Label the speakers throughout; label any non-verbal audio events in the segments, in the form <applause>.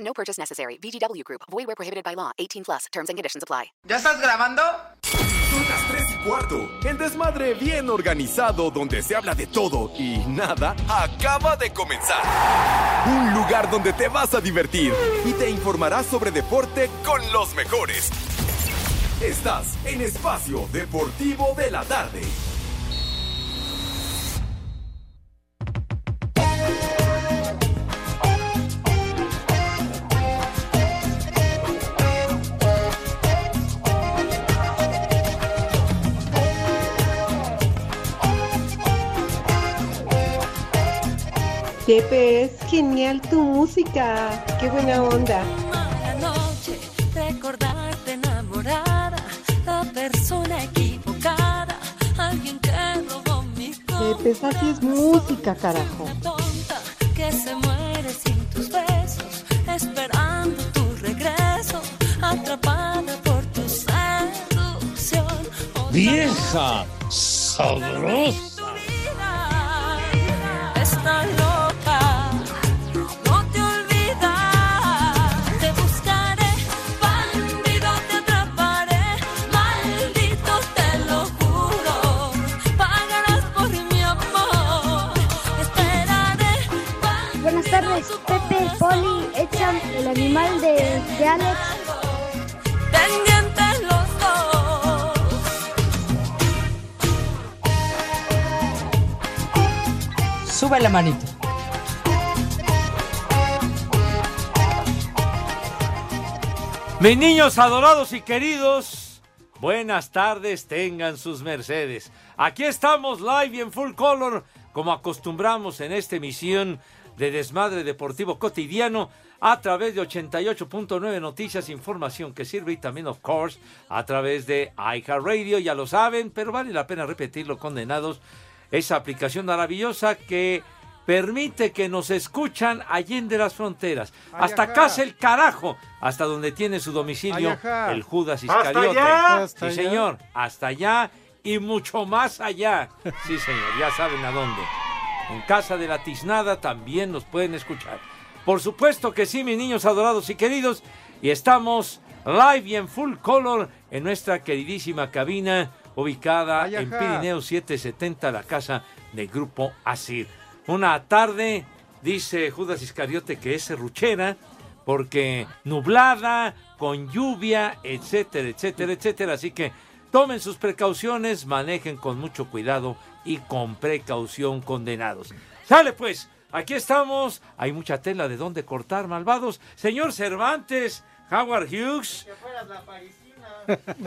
Speaker 1: No purchase necessary. VGW Group. Void where prohibited by law. 18 plus. Terms and conditions apply.
Speaker 2: ¿Ya estás grabando?
Speaker 3: Son las 3 y cuarto. El desmadre bien organizado donde se habla de todo y nada acaba de comenzar. Un lugar donde te vas a divertir y te informarás sobre deporte con los mejores. Estás en Espacio Deportivo de la Tarde.
Speaker 4: Pepe, es genial tu música. Qué buena onda.
Speaker 5: Mala noche, recordarte enamorada, la persona equivocada, alguien que robó mi
Speaker 4: Pepe, esa sí es música, carajo.
Speaker 5: Una tonta que se muere sin tus besos, esperando tu regreso, atrapada por tu seducción. Otra
Speaker 6: Vieja
Speaker 5: noche en
Speaker 6: sabrosa.
Speaker 5: tu vida. Está loca, no te olvidas. Te buscaré, bandido te atraparé, maldito te lo juro. Pagarás por mi amor. Esperaré, bandido,
Speaker 7: Buenas tardes,
Speaker 5: tu
Speaker 7: Pepe,
Speaker 5: corazón.
Speaker 7: Poli, Echan, el animal de, de Alex.
Speaker 5: Pendientes los dos.
Speaker 8: Sube la manito.
Speaker 6: Mis niños adorados y queridos, buenas tardes tengan sus mercedes. Aquí estamos live y en full color, como acostumbramos en esta emisión de Desmadre Deportivo Cotidiano a través de 88.9 Noticias, información que sirve y también, of course, a través de iHeartRadio, ya lo saben, pero vale la pena repetirlo, condenados, esa aplicación maravillosa que permite que nos escuchan allende las fronteras, hasta
Speaker 9: ajá.
Speaker 6: casa el carajo, hasta donde tiene su domicilio
Speaker 9: Ay, ajá.
Speaker 6: el Judas
Speaker 9: ¡Hasta
Speaker 6: Iscariote.
Speaker 9: allá! Hasta
Speaker 6: sí,
Speaker 9: allá.
Speaker 6: señor, hasta allá y mucho más allá. Sí, señor, ya saben a dónde. En Casa de la Tiznada también nos pueden escuchar. Por supuesto que sí, mis niños adorados y queridos, y estamos live y en full color en nuestra queridísima cabina ubicada
Speaker 9: Ay,
Speaker 6: en
Speaker 9: ajá.
Speaker 6: Pirineo 770, la casa del grupo Asir. Una tarde, dice Judas Iscariote, que es serruchera, porque nublada, con lluvia, etcétera, etcétera, etcétera. Así que tomen sus precauciones, manejen con mucho cuidado y con precaución condenados. Sale pues, aquí estamos. Hay mucha tela de dónde cortar, malvados. Señor Cervantes, Howard Hughes. <laughs>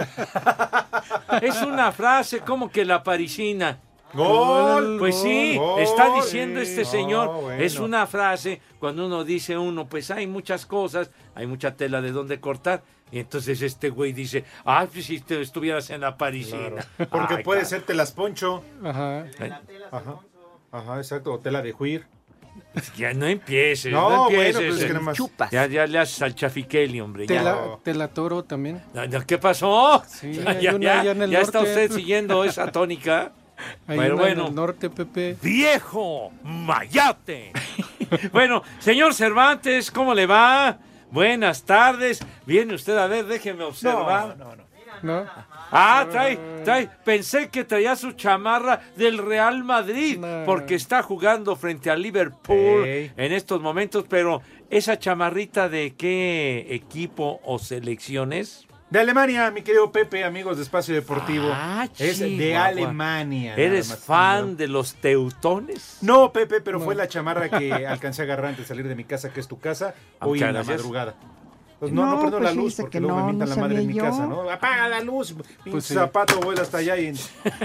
Speaker 6: Es una frase como que la parisina.
Speaker 9: Gol,
Speaker 6: Pues sí,
Speaker 9: gol,
Speaker 6: está
Speaker 9: gol.
Speaker 6: diciendo este
Speaker 9: No,
Speaker 6: señor.
Speaker 9: bueno.
Speaker 6: Es una frase, cuando uno dice uno, pues hay muchas cosas, hay mucha tela de dónde cortar. Y entonces este güey dice, ah, pues si te estuvieras en la parisina.
Speaker 10: Porque
Speaker 6: Ay,
Speaker 10: puede
Speaker 6: car-
Speaker 10: ser telas poncho.
Speaker 9: Ajá.
Speaker 10: Ajá. Ajá, exacto. O tela de juir.
Speaker 6: Pues, Ya no empieces, no,
Speaker 10: No, bueno,
Speaker 6: empieces.
Speaker 10: pues es que
Speaker 6: eh.
Speaker 10: nada más-
Speaker 11: Chupas.
Speaker 6: Ya, ya le haces al chafiqueli, hombre.
Speaker 9: Te
Speaker 6: ya.
Speaker 9: la, te la toro también.
Speaker 6: No, no, ¿Qué pasó?
Speaker 9: Sí,
Speaker 6: ya
Speaker 9: hay
Speaker 6: ya-
Speaker 9: una allá en el
Speaker 6: ya está
Speaker 9: norte.
Speaker 6: usted siguiendo esa tónica.
Speaker 9: Hay
Speaker 6: Pero
Speaker 9: una
Speaker 6: bueno.
Speaker 9: en el norte, Pepe.
Speaker 6: viejo mayate. bueno, señor Cervantes, ¿cómo le va? Buenas tardes. Viene usted a ver, déjeme observar.
Speaker 9: ¿No?
Speaker 6: Ah, trae, trae. Pensé que traía su chamarra del Real Madrid
Speaker 9: No.
Speaker 6: porque está jugando frente al Liverpool
Speaker 10: Ey.
Speaker 6: en estos momentos, pero esa chamarrita de qué equipo o selecciones?
Speaker 10: De Alemania, mi querido Pepe, amigos de Espacio Deportivo.
Speaker 6: Ah,
Speaker 10: es de
Speaker 6: chihuahua.
Speaker 10: Alemania. nada
Speaker 6: ¿Eres
Speaker 10: más.
Speaker 6: fan de los teutones?
Speaker 10: No, Pepe, pero fue la
Speaker 6: <laughs>
Speaker 10: chamarra que alcancé a agarrar antes de salir de mi casa, que es tu casa,
Speaker 6: Ah,
Speaker 10: hoy
Speaker 6: muchas
Speaker 10: en la
Speaker 6: gracias.
Speaker 10: madrugada. Pues no, no,
Speaker 4: No,
Speaker 10: prendo
Speaker 4: pues
Speaker 10: la luz
Speaker 4: fíjese
Speaker 10: porque
Speaker 4: que
Speaker 10: luego me
Speaker 4: no,
Speaker 10: mientan
Speaker 4: no
Speaker 10: la madre en mi
Speaker 4: sabía
Speaker 10: casa,
Speaker 4: yo.
Speaker 10: ¿no? Apaga la luz, pinche
Speaker 9: sí.
Speaker 10: zapato, vuela hasta allá. Y...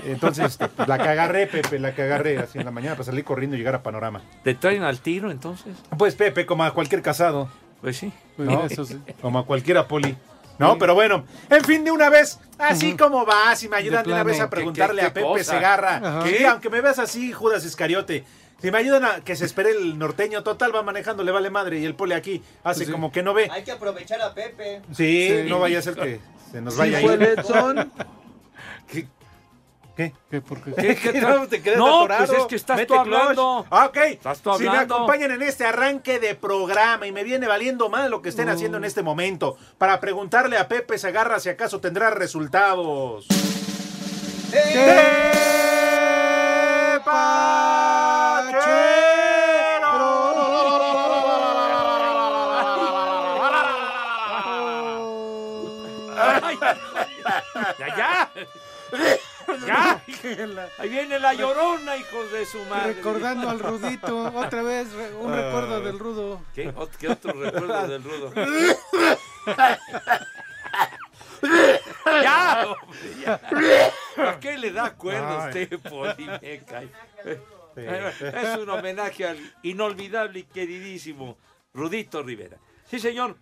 Speaker 10: Entonces, este, pues, la que agarré, Pepe, la que agarré así en la mañana para salir corriendo y llegar a Panorama.
Speaker 6: ¿Te traen al tiro entonces?
Speaker 10: Pues Pepe, como a cualquier casado.
Speaker 6: Pues sí.
Speaker 10: ¿no? Como a cualquiera poli. No, pero bueno, en fin, de una vez, así como va, si me ayudan de, una
Speaker 6: plano.
Speaker 10: vez
Speaker 6: ¿Qué,
Speaker 10: a preguntarle
Speaker 6: qué,
Speaker 10: a
Speaker 6: qué
Speaker 10: Pepe
Speaker 6: cosa?
Speaker 10: Segarra,
Speaker 6: Ajá.
Speaker 10: que
Speaker 6: ¿Qué?
Speaker 10: aunque me veas así, Judas Iscariote, si me ayudan a que se espere el norteño, total, va manejando, le vale madre, y el poli aquí
Speaker 6: Pues
Speaker 10: hace
Speaker 12: Sí.
Speaker 10: como que no ve.
Speaker 12: Hay que aprovechar a Pepe.
Speaker 10: Sí, no vaya a ser que se nos vaya
Speaker 12: Sí, fue
Speaker 10: a ir.
Speaker 12: Edson.
Speaker 10: ¿Qué? ¿Qué? ¿Qué? ¿Por Pues, qué?
Speaker 6: ¿Qué, qué tal?
Speaker 10: te quedas
Speaker 6: <laughs> No,
Speaker 10: atorado.
Speaker 6: pues es que estás
Speaker 10: Mete
Speaker 6: tú
Speaker 10: clutch.
Speaker 6: hablando.
Speaker 10: Ah, ok.
Speaker 6: Estás tú
Speaker 10: si me
Speaker 6: hablando.
Speaker 10: acompañan en este arranque de programa y me viene valiendo mal lo que estén haciendo
Speaker 6: Mm.
Speaker 10: en este momento, para preguntarle a Pepe Segarra si acaso tendrá resultados.
Speaker 6: Ay, ya,
Speaker 10: <laughs>
Speaker 6: ya. Ya. Ahí viene la llorona, hijos de su madre.
Speaker 9: Recordando al Rudito, otra vez re- un recuerdo del Rudo.
Speaker 6: ¿Qué, Ot- qué otro recuerdo del rudo? ¡Ya! hombre, ya. ¿Por qué le da cuerda a
Speaker 10: Ay.
Speaker 6: usted, Polimeca?
Speaker 10: Sí.
Speaker 6: <laughs> Es un homenaje al inolvidable y queridísimo Rudito Rivera. Sí, señor.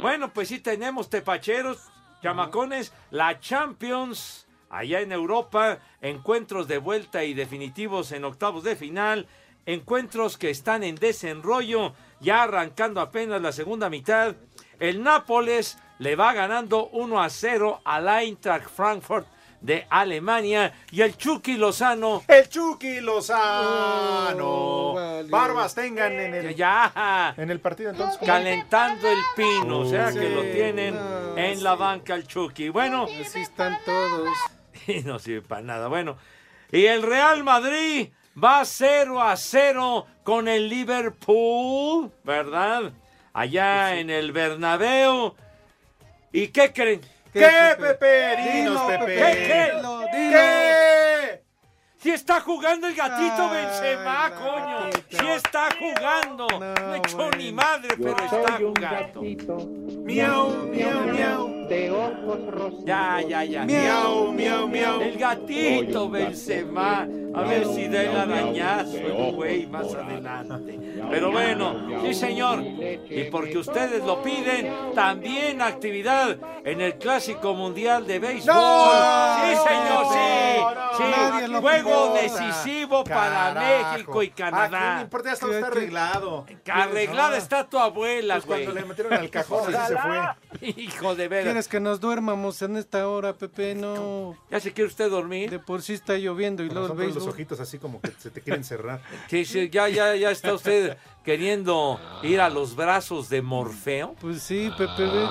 Speaker 6: Bueno, pues sí tenemos tepacheros, chamacones, la Champions allá en Europa, encuentros de vuelta y definitivos en octavos de final, encuentros que están en desenrollo, ya arrancando apenas la segunda mitad. El Nápoles le va ganando 1 a 0 al Eintracht Frankfurt de Alemania y el Chucky Lozano
Speaker 10: El Chucky Lozano.
Speaker 9: Oh,
Speaker 10: Barbas tengan en el,
Speaker 6: ya.
Speaker 10: en el partido entonces. ¿cómo?
Speaker 6: calentando el pino, o sea
Speaker 9: Sí,
Speaker 6: que lo tienen
Speaker 9: no,
Speaker 6: en la banca el Chucky. Bueno, <laughs>
Speaker 9: Así están todos.
Speaker 6: y no sirve para nada. Bueno, y el Real Madrid va 0 a 0 con el Liverpool, ¿verdad? Allá en el Bernabéu. ¿Y qué creen?
Speaker 10: ¿Qué, Pepe? Dinos,
Speaker 9: Dilo,
Speaker 10: Pepe.
Speaker 9: Pepe,
Speaker 6: ¿Qué?
Speaker 9: dilo,
Speaker 10: ¿Qué?
Speaker 6: Si está jugando el gatito
Speaker 9: Ay,
Speaker 6: Benzema,
Speaker 9: la
Speaker 6: coño.
Speaker 9: gatita.
Speaker 6: Si está jugando. No he hecho ni
Speaker 9: bueno.
Speaker 6: madre, pero está jugando.
Speaker 10: Miau, miau, miau.
Speaker 6: Ya, ya, ya.
Speaker 10: Miau, miau, miau.
Speaker 6: El gatito Benzema. A ver si da el arañazo, el güey, más adelante. Pero bueno, sí, señor. Y porque ustedes lo piden, también actividad en el Clásico Mundial de Béisbol.
Speaker 10: No,
Speaker 6: sí, señor,
Speaker 10: no,
Speaker 6: sí.
Speaker 10: no,
Speaker 6: sí.
Speaker 9: nadie lo
Speaker 6: Juego
Speaker 9: pidió.
Speaker 6: decisivo para
Speaker 10: Carajo.
Speaker 6: México y
Speaker 10: ¿A quién le
Speaker 6: Canadá.
Speaker 10: importa? Ya está, está arreglado.
Speaker 6: Arreglada
Speaker 10: No.
Speaker 6: está tu abuela,
Speaker 10: Pues
Speaker 6: güey.
Speaker 10: cuando le metieron al cajón, así se fue.
Speaker 6: Hijo de veras.
Speaker 9: ¿Quieres que nos duermamos en esta hora, Pepe? No.
Speaker 6: ¿Ya se quiere usted dormir?
Speaker 9: De por sí está lloviendo y
Speaker 10: Con
Speaker 9: luego el
Speaker 10: razón, pero los
Speaker 9: béisbol.
Speaker 10: ojitos así como que se te quieren cerrar.
Speaker 6: Sí, sí, ya, ya, ya está usted queriendo ir a los brazos de Morfeo.
Speaker 9: Pues sí, Pepe, ve. El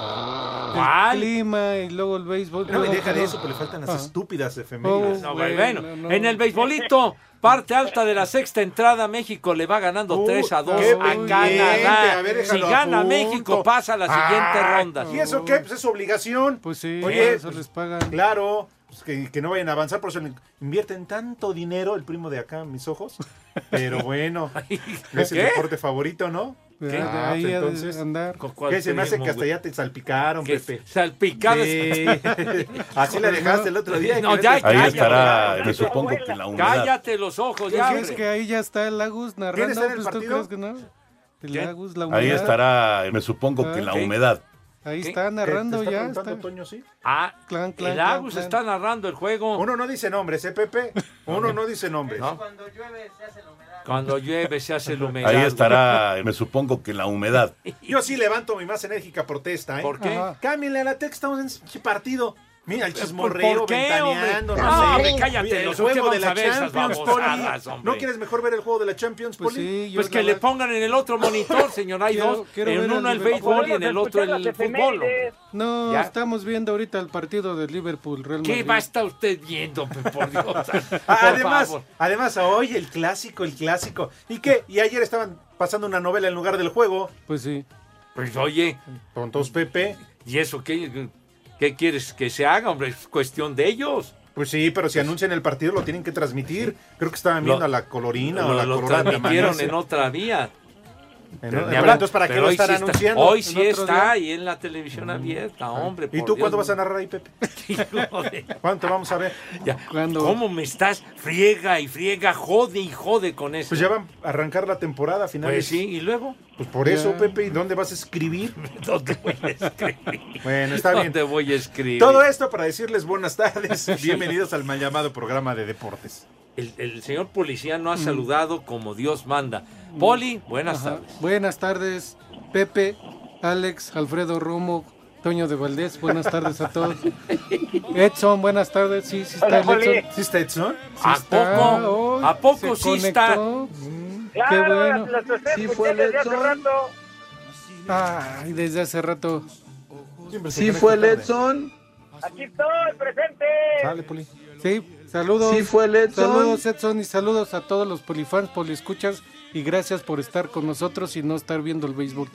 Speaker 6: ¿Cuál?
Speaker 9: clima y luego el béisbol.
Speaker 10: No, y
Speaker 9: Luego,
Speaker 10: deja de
Speaker 9: <laughs> no.
Speaker 10: eso, pero le faltan las
Speaker 9: Ah.
Speaker 10: estúpidas efemérides.
Speaker 6: No,
Speaker 9: güey,
Speaker 6: bueno,
Speaker 9: no, no.
Speaker 6: en el beisbolito, parte alta de la sexta entrada, México le va ganando
Speaker 10: Uh,
Speaker 6: 3 a 2
Speaker 10: qué
Speaker 6: a
Speaker 10: pendiente.
Speaker 6: Canadá.
Speaker 10: A ver,
Speaker 6: si
Speaker 10: déjalo a
Speaker 6: gana
Speaker 10: punto.
Speaker 6: México, pasa a la siguiente
Speaker 10: Ah,
Speaker 6: ronda.
Speaker 10: ¿Y eso qué? Pues es su obligación.
Speaker 9: Pues sí,
Speaker 10: Oye,
Speaker 9: eso
Speaker 10: pues,
Speaker 9: les pagan.
Speaker 10: Claro, pues que, que no vayan a avanzar, por eso le invierten tanto dinero, el primo de acá, mis ojos.
Speaker 9: <laughs>
Speaker 10: Pero bueno, es el
Speaker 6: ¿Qué?
Speaker 10: deporte favorito, ¿no?
Speaker 9: ¿Verdad? De
Speaker 10: Ah,
Speaker 9: ahí
Speaker 10: pues
Speaker 9: ha de
Speaker 10: entonces,
Speaker 9: andar.
Speaker 6: ¿Con cuál
Speaker 10: ¿Qué se me hace
Speaker 6: seguimos,
Speaker 10: que hasta
Speaker 6: güey?
Speaker 10: ya te salpicaron,
Speaker 6: Que
Speaker 10: Pepe?
Speaker 6: salpicadas. <laughs>
Speaker 10: Sí. <laughs> Así la dejaste el otro día. y
Speaker 6: No,
Speaker 10: que no
Speaker 6: ya,
Speaker 10: te-
Speaker 6: Ahí cállate. estará,
Speaker 13: me supongo que la
Speaker 6: Cállate los ojos, ya.
Speaker 9: ¿Crees
Speaker 6: hombre.
Speaker 9: que ahí ya está el Agus narrando?
Speaker 10: estar el
Speaker 9: Pues, ¿Tú
Speaker 10: partido?
Speaker 9: crees que no? El Agus, la
Speaker 13: Ahí
Speaker 9: humedad.
Speaker 13: estará, me supongo que la
Speaker 6: ¿Qué?
Speaker 13: humedad.
Speaker 9: Ahí
Speaker 6: ¿Qué?
Speaker 9: está
Speaker 10: ¿Te- te
Speaker 9: narrando
Speaker 10: está
Speaker 9: ya.
Speaker 10: preguntando,
Speaker 9: está.
Speaker 10: Toño, sí?
Speaker 6: Ah,
Speaker 9: Clan, clan,
Speaker 6: el
Speaker 9: clan,
Speaker 6: Agus
Speaker 9: clan.
Speaker 6: está narrando el juego.
Speaker 10: Uno no dice nombres, ¿eh, Pepe? Uno no dice nombres.
Speaker 6: ¿no?
Speaker 12: Cuando llueve se hace la humedad.
Speaker 6: Cuando llueve se hace el humedad.
Speaker 13: Ahí
Speaker 6: güey.
Speaker 13: estará, me supongo que la humedad.
Speaker 10: Yo sí levanto mi más enérgica protesta, ¿eh?
Speaker 6: ¿Por qué? Pues,
Speaker 9: Ajá.
Speaker 10: Cámbiale a la tech, estamos en ese partido. Mira, el
Speaker 6: ¿Por
Speaker 10: chismorreo,
Speaker 6: por qué, hombre?
Speaker 10: ventaneando, no,
Speaker 6: No,
Speaker 10: sé.
Speaker 6: hombre, cállate
Speaker 10: El
Speaker 6: los ojos que
Speaker 10: juego de
Speaker 6: vamos
Speaker 10: la
Speaker 6: a ver esas
Speaker 10: Champions,
Speaker 6: babosadas,
Speaker 10: Poli. ¿No
Speaker 6: hombre.
Speaker 10: quieres mejor ver el juego de la Champions,
Speaker 9: Pues
Speaker 10: Poli?
Speaker 9: sí, yo
Speaker 6: Pues que
Speaker 9: la-
Speaker 6: le pongan en el otro
Speaker 9: <laughs>
Speaker 6: monitor, señor. Hay
Speaker 9: Quiero-
Speaker 6: dos.
Speaker 9: quiero ver
Speaker 6: en
Speaker 9: al
Speaker 6: uno el
Speaker 9: Liverpool.
Speaker 6: béisbol y en el otro el fútbol. hombre.
Speaker 9: No,
Speaker 6: Ya.
Speaker 9: estamos viendo ahorita el partido de Liverpool, Real
Speaker 6: ¿Qué
Speaker 9: Madrid.
Speaker 6: va a estar usted viendo, pe- por
Speaker 9: <laughs>
Speaker 6: Dios? <laughs> Por
Speaker 10: Ah, además,
Speaker 6: favor.
Speaker 10: además, hoy el clásico, el clásico. ¿Y qué? Y ayer estaban pasando una novela en lugar del juego.
Speaker 9: Pues sí.
Speaker 6: Pues oye,
Speaker 10: Tontos, Pepe.
Speaker 6: ¿y eso qué, qué quieres que se haga, hombre? Es cuestión de ellos.
Speaker 10: Pues sí, pero si anuncian el partido lo tienen que transmitir. Creo que estaban
Speaker 6: Lo-
Speaker 10: viendo a la colorina o a
Speaker 6: lo
Speaker 10: la
Speaker 6: lo
Speaker 10: colorada de
Speaker 6: transmitieron
Speaker 10: Amanece.
Speaker 6: en otra vía. Pero ni
Speaker 10: pero
Speaker 6: hablar.
Speaker 10: entonces, ¿para qué
Speaker 6: Pero
Speaker 10: lo
Speaker 6: hoy
Speaker 10: están
Speaker 6: sí está-
Speaker 10: anunciando?
Speaker 6: Hoy
Speaker 10: ¿En
Speaker 6: sí
Speaker 10: otro
Speaker 6: está
Speaker 10: día?
Speaker 6: ahí en la televisión abierta, hombre. por
Speaker 10: ¿Y tú
Speaker 6: Dios
Speaker 10: cuándo vas
Speaker 6: <laughs>
Speaker 10: a
Speaker 6: mío.
Speaker 10: narrar ahí, Pepe? ¿Cuándo te vamos a ver?
Speaker 6: Ya. ¿Cómo me estás? Friega y friega, jode y jode con eso.
Speaker 10: Pues ya van a arrancar la temporada a finales.
Speaker 6: Pues sí, y
Speaker 10: <laughs>
Speaker 6: luego.
Speaker 10: Pues por eso, Pepe, ¿y dónde vas a escribir?
Speaker 6: ¿Dónde voy a escribir? <laughs>
Speaker 10: Bueno, está bien.
Speaker 6: ¿Dónde voy a escribir?
Speaker 10: Todo esto para decirles buenas tardes. <laughs> Bienvenidos al mal llamado programa de deportes.
Speaker 6: El, el señor policía no ha saludado como Dios manda. Poli, buenas
Speaker 9: Mm. Ajá.
Speaker 6: tardes.
Speaker 9: Buenas tardes, Pepe, Alex, Alfredo Romo, Toño de Valdés. Buenas tardes
Speaker 6: <laughs>
Speaker 9: a todos. Edson, buenas tardes. Sí, sí está
Speaker 10: Hola,
Speaker 9: el
Speaker 10: Poli.
Speaker 9: Edson.
Speaker 10: ¿Sí está Edson?
Speaker 9: Sí
Speaker 6: ¿A
Speaker 9: está.
Speaker 6: poco?
Speaker 9: Hoy
Speaker 6: ¿A poco
Speaker 9: se
Speaker 6: sí está?
Speaker 9: conectó. Mm, Qué
Speaker 8: Claro,
Speaker 9: bueno.
Speaker 8: las, las escuché
Speaker 9: Sí fue
Speaker 8: desde hace
Speaker 9: Edson.
Speaker 8: rato.
Speaker 9: Ay, desde hace rato.
Speaker 8: se
Speaker 9: Sí
Speaker 8: conecta
Speaker 9: fue el
Speaker 8: tarde.
Speaker 9: Edson.
Speaker 8: Aquí estoy, presente.
Speaker 9: Sí, saludos.
Speaker 14: Sí fue el Edson.
Speaker 9: Saludos, Edson, y saludos a todos los polifans, poliescuchas, y gracias por estar con nosotros y no estar viendo el béisbol.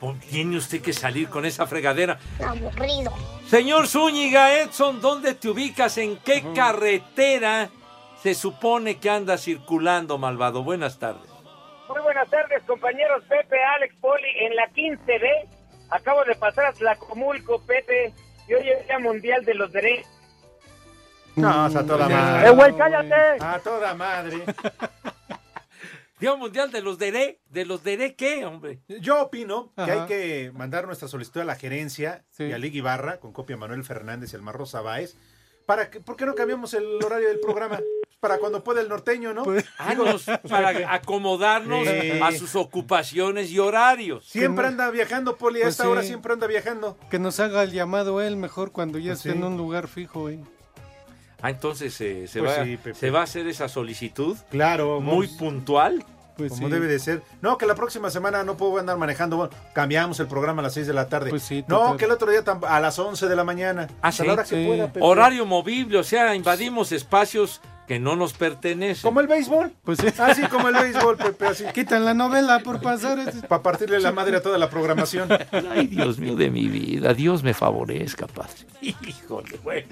Speaker 6: Pues, Tiene usted que salir con esa fregadera.
Speaker 15: Aburrido.
Speaker 6: Señor Zúñiga, Edson, ¿dónde te ubicas? ¿En qué carretera se supone que anda circulando, malvado? Buenas tardes.
Speaker 8: Muy buenas tardes, compañeros Pepe, Alex, Poli. En la 15B acabo de pasar a Tlacomulco, Pepe. Y hoy es Día Mundial de los Derechos.
Speaker 10: No, o sea, a
Speaker 9: Mm.
Speaker 10: toda madre.
Speaker 8: ¡Eh, güey, cállate!
Speaker 10: A toda madre.
Speaker 6: Día Mundial de los Dere, ¿de los Dere qué, hombre?
Speaker 10: Yo opino que
Speaker 6: Ajá.
Speaker 10: hay que mandar nuestra solicitud a la gerencia y a Liga Ibarra, con copia a Manuel Fernández y Almarro Sabáez, para que, ¿por qué no cambiamos el horario del programa? Pues Para cuando pueda el norteño, ¿no?
Speaker 9: Pues,
Speaker 6: Ah, nos-
Speaker 8: <laughs>
Speaker 6: para acomodarnos
Speaker 10: Sí.
Speaker 6: a sus ocupaciones y horarios.
Speaker 10: Siempre anda viajando, Poli, a
Speaker 9: Pues
Speaker 10: esta
Speaker 9: sí.
Speaker 10: hora siempre anda viajando. Pues
Speaker 9: Que nos haga el llamado él mejor cuando ya esté
Speaker 10: sí.
Speaker 9: en un lugar fijo. ¿eh?
Speaker 6: Ah, entonces eh, se,
Speaker 10: Pues
Speaker 6: va,
Speaker 10: sí, Pepe.
Speaker 6: se va a hacer esa solicitud.
Speaker 10: Claro.
Speaker 6: Muy puntual.
Speaker 9: Pues
Speaker 10: como
Speaker 9: sí.
Speaker 10: debe de ser. No, que la próxima semana no puedo andar manejando. Bueno, cambiamos el programa a las 6 de la tarde.
Speaker 9: Pues sí,
Speaker 10: no,
Speaker 9: total.
Speaker 10: que el otro día tam- a las 11 de la mañana.
Speaker 6: Ah,
Speaker 10: Hasta
Speaker 6: sí.
Speaker 10: la hora que pueda, Pepe.
Speaker 6: Horario movible, o sea, invadimos espacios que no nos pertenecen.
Speaker 10: Como el béisbol.
Speaker 9: Pues
Speaker 10: Así como el béisbol, Pepe, así.
Speaker 9: Quitan la novela por pasar. este-
Speaker 10: Para partirle la madre a toda la programación.
Speaker 6: Ay, Dios mío de mi vida, Dios me favorezca, padre. Híjole, güey.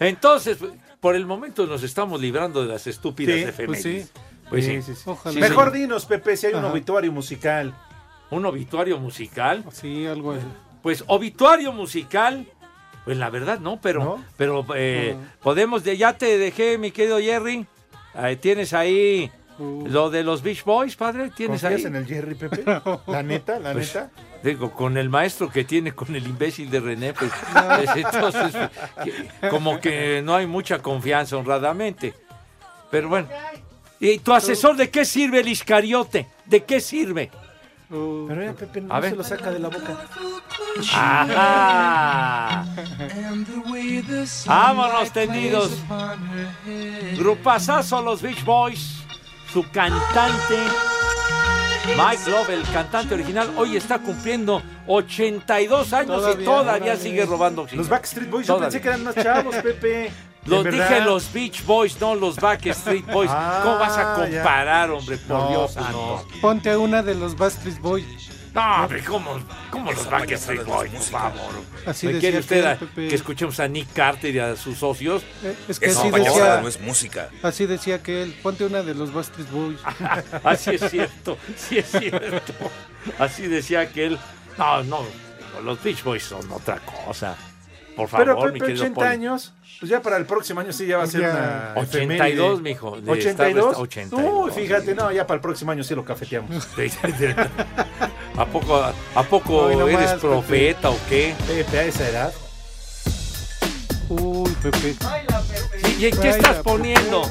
Speaker 6: Entonces, por el momento nos estamos librando de las estúpidas
Speaker 10: Sí,
Speaker 6: efemérides.
Speaker 10: pues sí.
Speaker 6: Pues
Speaker 10: Sí,
Speaker 6: sí.
Speaker 10: sí, sí.
Speaker 9: Ojalá.
Speaker 6: Sí,
Speaker 10: Mejor
Speaker 6: señor.
Speaker 10: dinos, Pepe, si hay un
Speaker 6: Ajá.
Speaker 10: obituario musical.
Speaker 6: ¿Un obituario musical?
Speaker 9: Sí, algo así.
Speaker 6: Pues obituario musical, pues la verdad no, pero, pero eh,
Speaker 9: Ah.
Speaker 6: podemos, de- ya te dejé, mi querido Jerry. Ahí tienes ahí
Speaker 9: Uh.
Speaker 6: lo de los Beach Boys, padre, tienes
Speaker 10: ¿Confías
Speaker 6: ahí.
Speaker 10: en el Jerry,
Speaker 9: <laughs>
Speaker 10: Pepe? La neta, la
Speaker 6: Pues,
Speaker 10: neta.
Speaker 6: Digo, con el maestro que tiene, con el imbécil de René,
Speaker 9: <laughs>
Speaker 6: pues, pues, entonces, que- como que no hay mucha confianza, honradamente. Pero bueno. ¿Y tu asesor de qué sirve el Iscariote? ¿De qué sirve?
Speaker 10: Pero mira, Pepe no
Speaker 6: A
Speaker 10: se
Speaker 6: ver.
Speaker 10: lo saca de la boca.
Speaker 6: ¡Ajá! Vámonos, tendidos. Grupazazo los Beach Boys. Su cantante, Mike Love, el cantante original, hoy está cumpliendo 82 años y
Speaker 10: Todavía,
Speaker 6: todavía
Speaker 10: órale.
Speaker 6: sigue robando oxígeno.
Speaker 10: Los Backstreet Boys, yo
Speaker 6: Todavía.
Speaker 10: pensé que eran más chavos, Pepe.
Speaker 6: Los
Speaker 10: En verdad.
Speaker 6: dije los Beach Boys, no los Backstreet Boys. ¿Cómo vas a
Speaker 9: Ah, ya.
Speaker 6: comparar, hombre? Por
Speaker 9: No,
Speaker 6: Dios,
Speaker 9: pues
Speaker 6: santo.
Speaker 9: Ponte una de los Backstreet Boys.
Speaker 6: No, hombre, ¿cómo, cómo los Backstreet Boys? Por favor.
Speaker 9: Así
Speaker 6: ¿Me
Speaker 9: decía
Speaker 6: quiere usted
Speaker 9: aquel,
Speaker 6: a-
Speaker 9: Pepe.
Speaker 6: que escuchemos a Nick Carter y a sus socios?
Speaker 9: Eh, es que Esa así payasada decía- no es
Speaker 6: música.
Speaker 9: Así decía que él. Ponte una de los Backstreet Boys.
Speaker 6: <laughs> Así es cierto, sí es cierto. Así decía aquel. No, no, los Beach Boys son otra cosa. Por favor,
Speaker 10: Pero
Speaker 6: mi
Speaker 10: Pepe,
Speaker 6: querido
Speaker 10: 80
Speaker 6: Poli.
Speaker 10: años, pues ya para el próximo año sí ya va a ser
Speaker 6: Ya.
Speaker 10: una
Speaker 6: 82,
Speaker 10: efeméride.
Speaker 6: mijo, de
Speaker 10: ¿82?
Speaker 6: estar- 82.
Speaker 10: Uy, fíjate, no, ya para el próximo año sí lo
Speaker 9: <laughs>
Speaker 10: cafeteamos.
Speaker 6: <laughs> ¿A poco, a poco
Speaker 10: Hoy nomás,
Speaker 6: eres
Speaker 10: Pepe.
Speaker 6: profeta o qué?
Speaker 10: Pepe, a esa edad.
Speaker 9: Uy, Pepe.
Speaker 6: ¿Y en qué estás poniendo?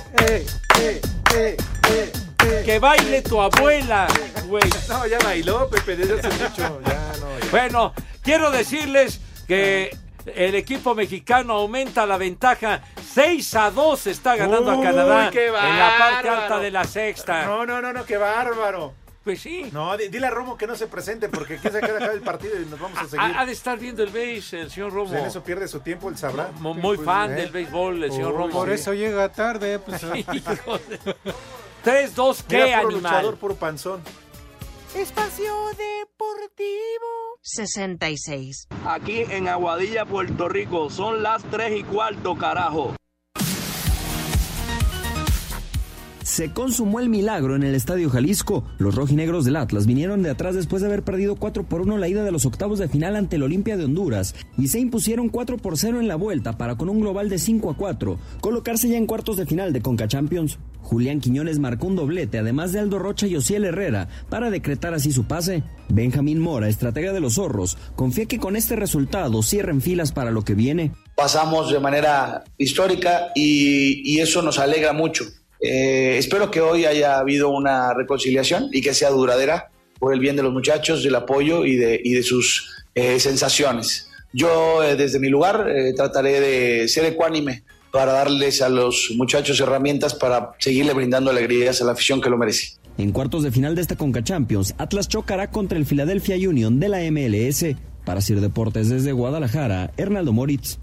Speaker 6: Que baile tu abuela, güey.
Speaker 10: No, ya bailó, Pepe, desde hace mucho. Ya, no, ya.
Speaker 6: Bueno, quiero decirles que el equipo mexicano aumenta la ventaja. 6 a 2 está ganando a
Speaker 10: Uy,
Speaker 6: Canadá
Speaker 10: qué
Speaker 6: en la parte
Speaker 10: bárbaro.
Speaker 6: alta de la sexta.
Speaker 10: No, no, no, no, qué bárbaro.
Speaker 6: Pues sí.
Speaker 10: No, di- dile a Romo que no se presente porque quién sabe que acaba el partido y nos vamos a seguir.
Speaker 6: Ha, ha de estar viendo el béis, el señor Ah, Romo.
Speaker 10: Pues en eso pierde su tiempo, él sabrá.
Speaker 6: Mo- Muy fan
Speaker 10: ¿eh?
Speaker 6: del béisbol, el señor
Speaker 9: Uy,
Speaker 6: Romo. <laughs>
Speaker 9: Por eso llega tarde. Pues,
Speaker 6: Hijo de- 3-2, qué
Speaker 10: Mira, puro
Speaker 6: animal.
Speaker 10: luchador, puro panzón.
Speaker 16: Espacio Deportivo 66. Aquí en Aguadilla, Puerto Rico, son las 3 y cuarto, carajo.
Speaker 17: Se consumó el milagro en el Estadio Jalisco. Los rojinegros del Atlas vinieron de atrás después de haber perdido 4 por 1 la ida de los octavos de final ante el Olimpia de Honduras y se impusieron 4 por 0 en la vuelta para con un global de 5 a 4 colocarse ya en cuartos de final de Conca Champions. Julián Quiñones marcó un doblete, además de Aldo Rocha y Osiel Herrera, para decretar así su pase. Benjamín Mora, estratega de los zorros, confía que con este resultado cierren filas para lo que viene.
Speaker 18: pasamos de manera histórica y, y eso nos alegra mucho. Eh, espero que hoy haya habido una reconciliación y que sea duradera por el bien de los muchachos, del apoyo y de, y de sus eh, sensaciones. Yo eh, desde mi lugar eh, trataré de ser ecuánime para darles a los muchachos herramientas para seguirle brindando alegrías a la afición que lo merece.
Speaker 17: En cuartos de final de esta Conca Champions, Atlas chocará contra el Philadelphia Union de la MLS. Para Sir Deportes desde Guadalajara, Hernaldo Moritz.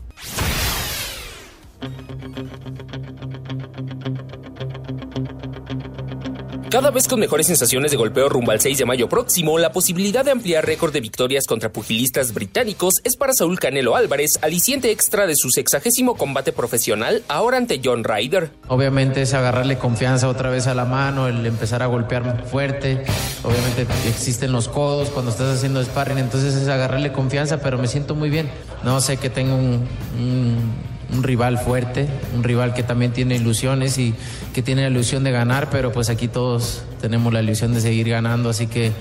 Speaker 19: Cada vez con mejores sensaciones de golpeo rumbo al 6 de mayo próximo, la posibilidad de ampliar récord de victorias contra pugilistas británicos es para Saúl Canelo Álvarez, aliciente extra de su sexagésimo combate profesional ahora ante John Ryder.
Speaker 20: Obviamente es agarrarle confianza otra vez a la mano, el empezar a golpear fuerte. Obviamente existen los codos cuando estás haciendo sparring, entonces es agarrarle confianza, pero me siento muy bien. No sé que tengo un, un- un rival fuerte, un rival que también tiene ilusiones y que tiene la ilusión de ganar, pero pues aquí todos tenemos la ilusión de seguir ganando, así que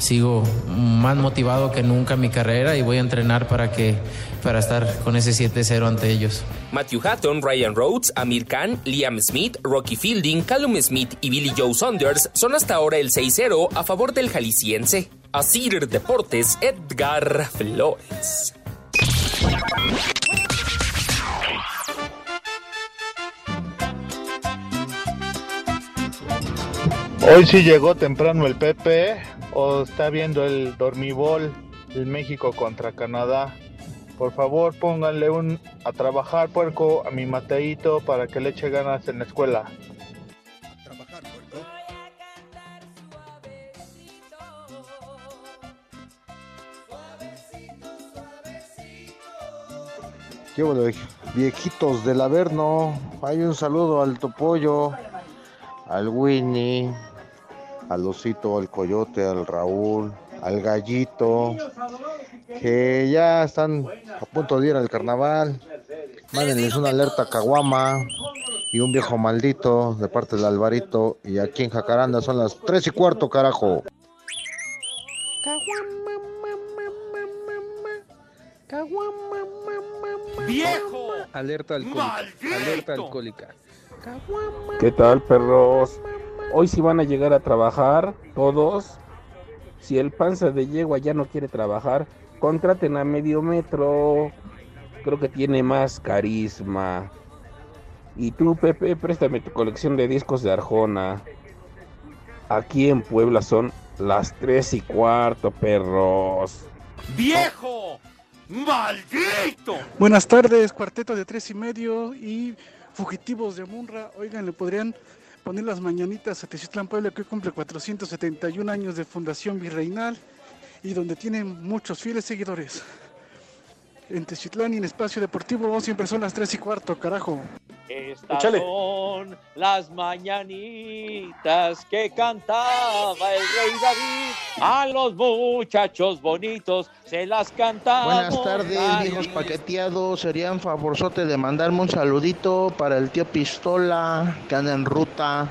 Speaker 20: sigo más motivado que nunca en mi carrera y voy a entrenar para que para estar con ese 7-0 ante ellos.
Speaker 19: Matthew Hatton, Ryan Rhodes, Amir Khan, Liam Smith, Rocky Fielding, Callum Smith y Billy Joe Saunders son hasta ahora el 6-0 a favor del jalisciense. Asir Deportes, Edgar Flores.
Speaker 21: Hoy sí llegó temprano el Pepe o está viendo el dormibol el México contra Canadá. Por favor, pónganle un a trabajar puerco a mi Mateito para que le eche ganas en la escuela.
Speaker 22: Qué bueno, vie- viejitos del Averno. Hay un saludo al Topollo, al Winnie, al Osito, al Coyote, al Raúl, al Gallito, que ya están a punto de ir al carnaval. Mándenles una alerta a Caguama y un viejo maldito de parte del Alvarito. Y aquí en Jacaranda son las tres y cuarto, carajo.
Speaker 9: ¡Viejo! Alerta alcohólica. Alerta alcohólica.
Speaker 23: ¿Qué tal, perros? Hoy sí van a llegar a trabajar, todos. Si el panza de yegua ya no quiere trabajar, contraten a medio metro. Creo que tiene más carisma. Y tú, Pepe, préstame tu colección de discos de Arjona. Aquí en Puebla son las tres y cuarto, perros.
Speaker 9: ¡Viejo! ¡Maldito!
Speaker 13: Buenas tardes, cuarteto de tres y medio y fugitivos de Munra. Oigan, le podrían poner las mañanitas a Teciutlán Puebla, que hoy cumple 471 años de fundación virreinal y donde tienen muchos fieles seguidores. En Teciutlán y en Espacio Deportivo siempre son las tres y cuarto, carajo.
Speaker 6: Estas
Speaker 13: Échale.
Speaker 6: son las mañanitas que cantaba el rey David. A los muchachos bonitos se las cantaba.
Speaker 22: Buenas tardes, viejos paqueteados. Serían favorzote de mandarme un saludito para el tío Pistola, que anda en ruta.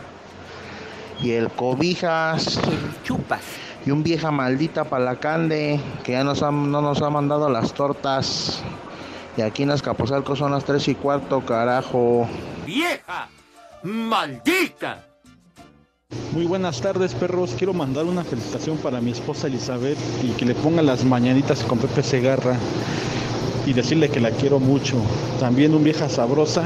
Speaker 22: Y el Cobijas. Chupas. Y un vieja maldita para la Cande, que ya nos ha- no nos ha mandado las tortas. Y aquí en Azcapotzalco son las tres y cuarto, carajo.
Speaker 9: ¡Vieja! ¡Maldita!
Speaker 10: Muy buenas tardes, perros. Quiero mandar una felicitación para mi esposa Elizabeth y que le ponga las mañanitas con Pepe Segarra y decirle que la quiero mucho. También un vieja sabrosa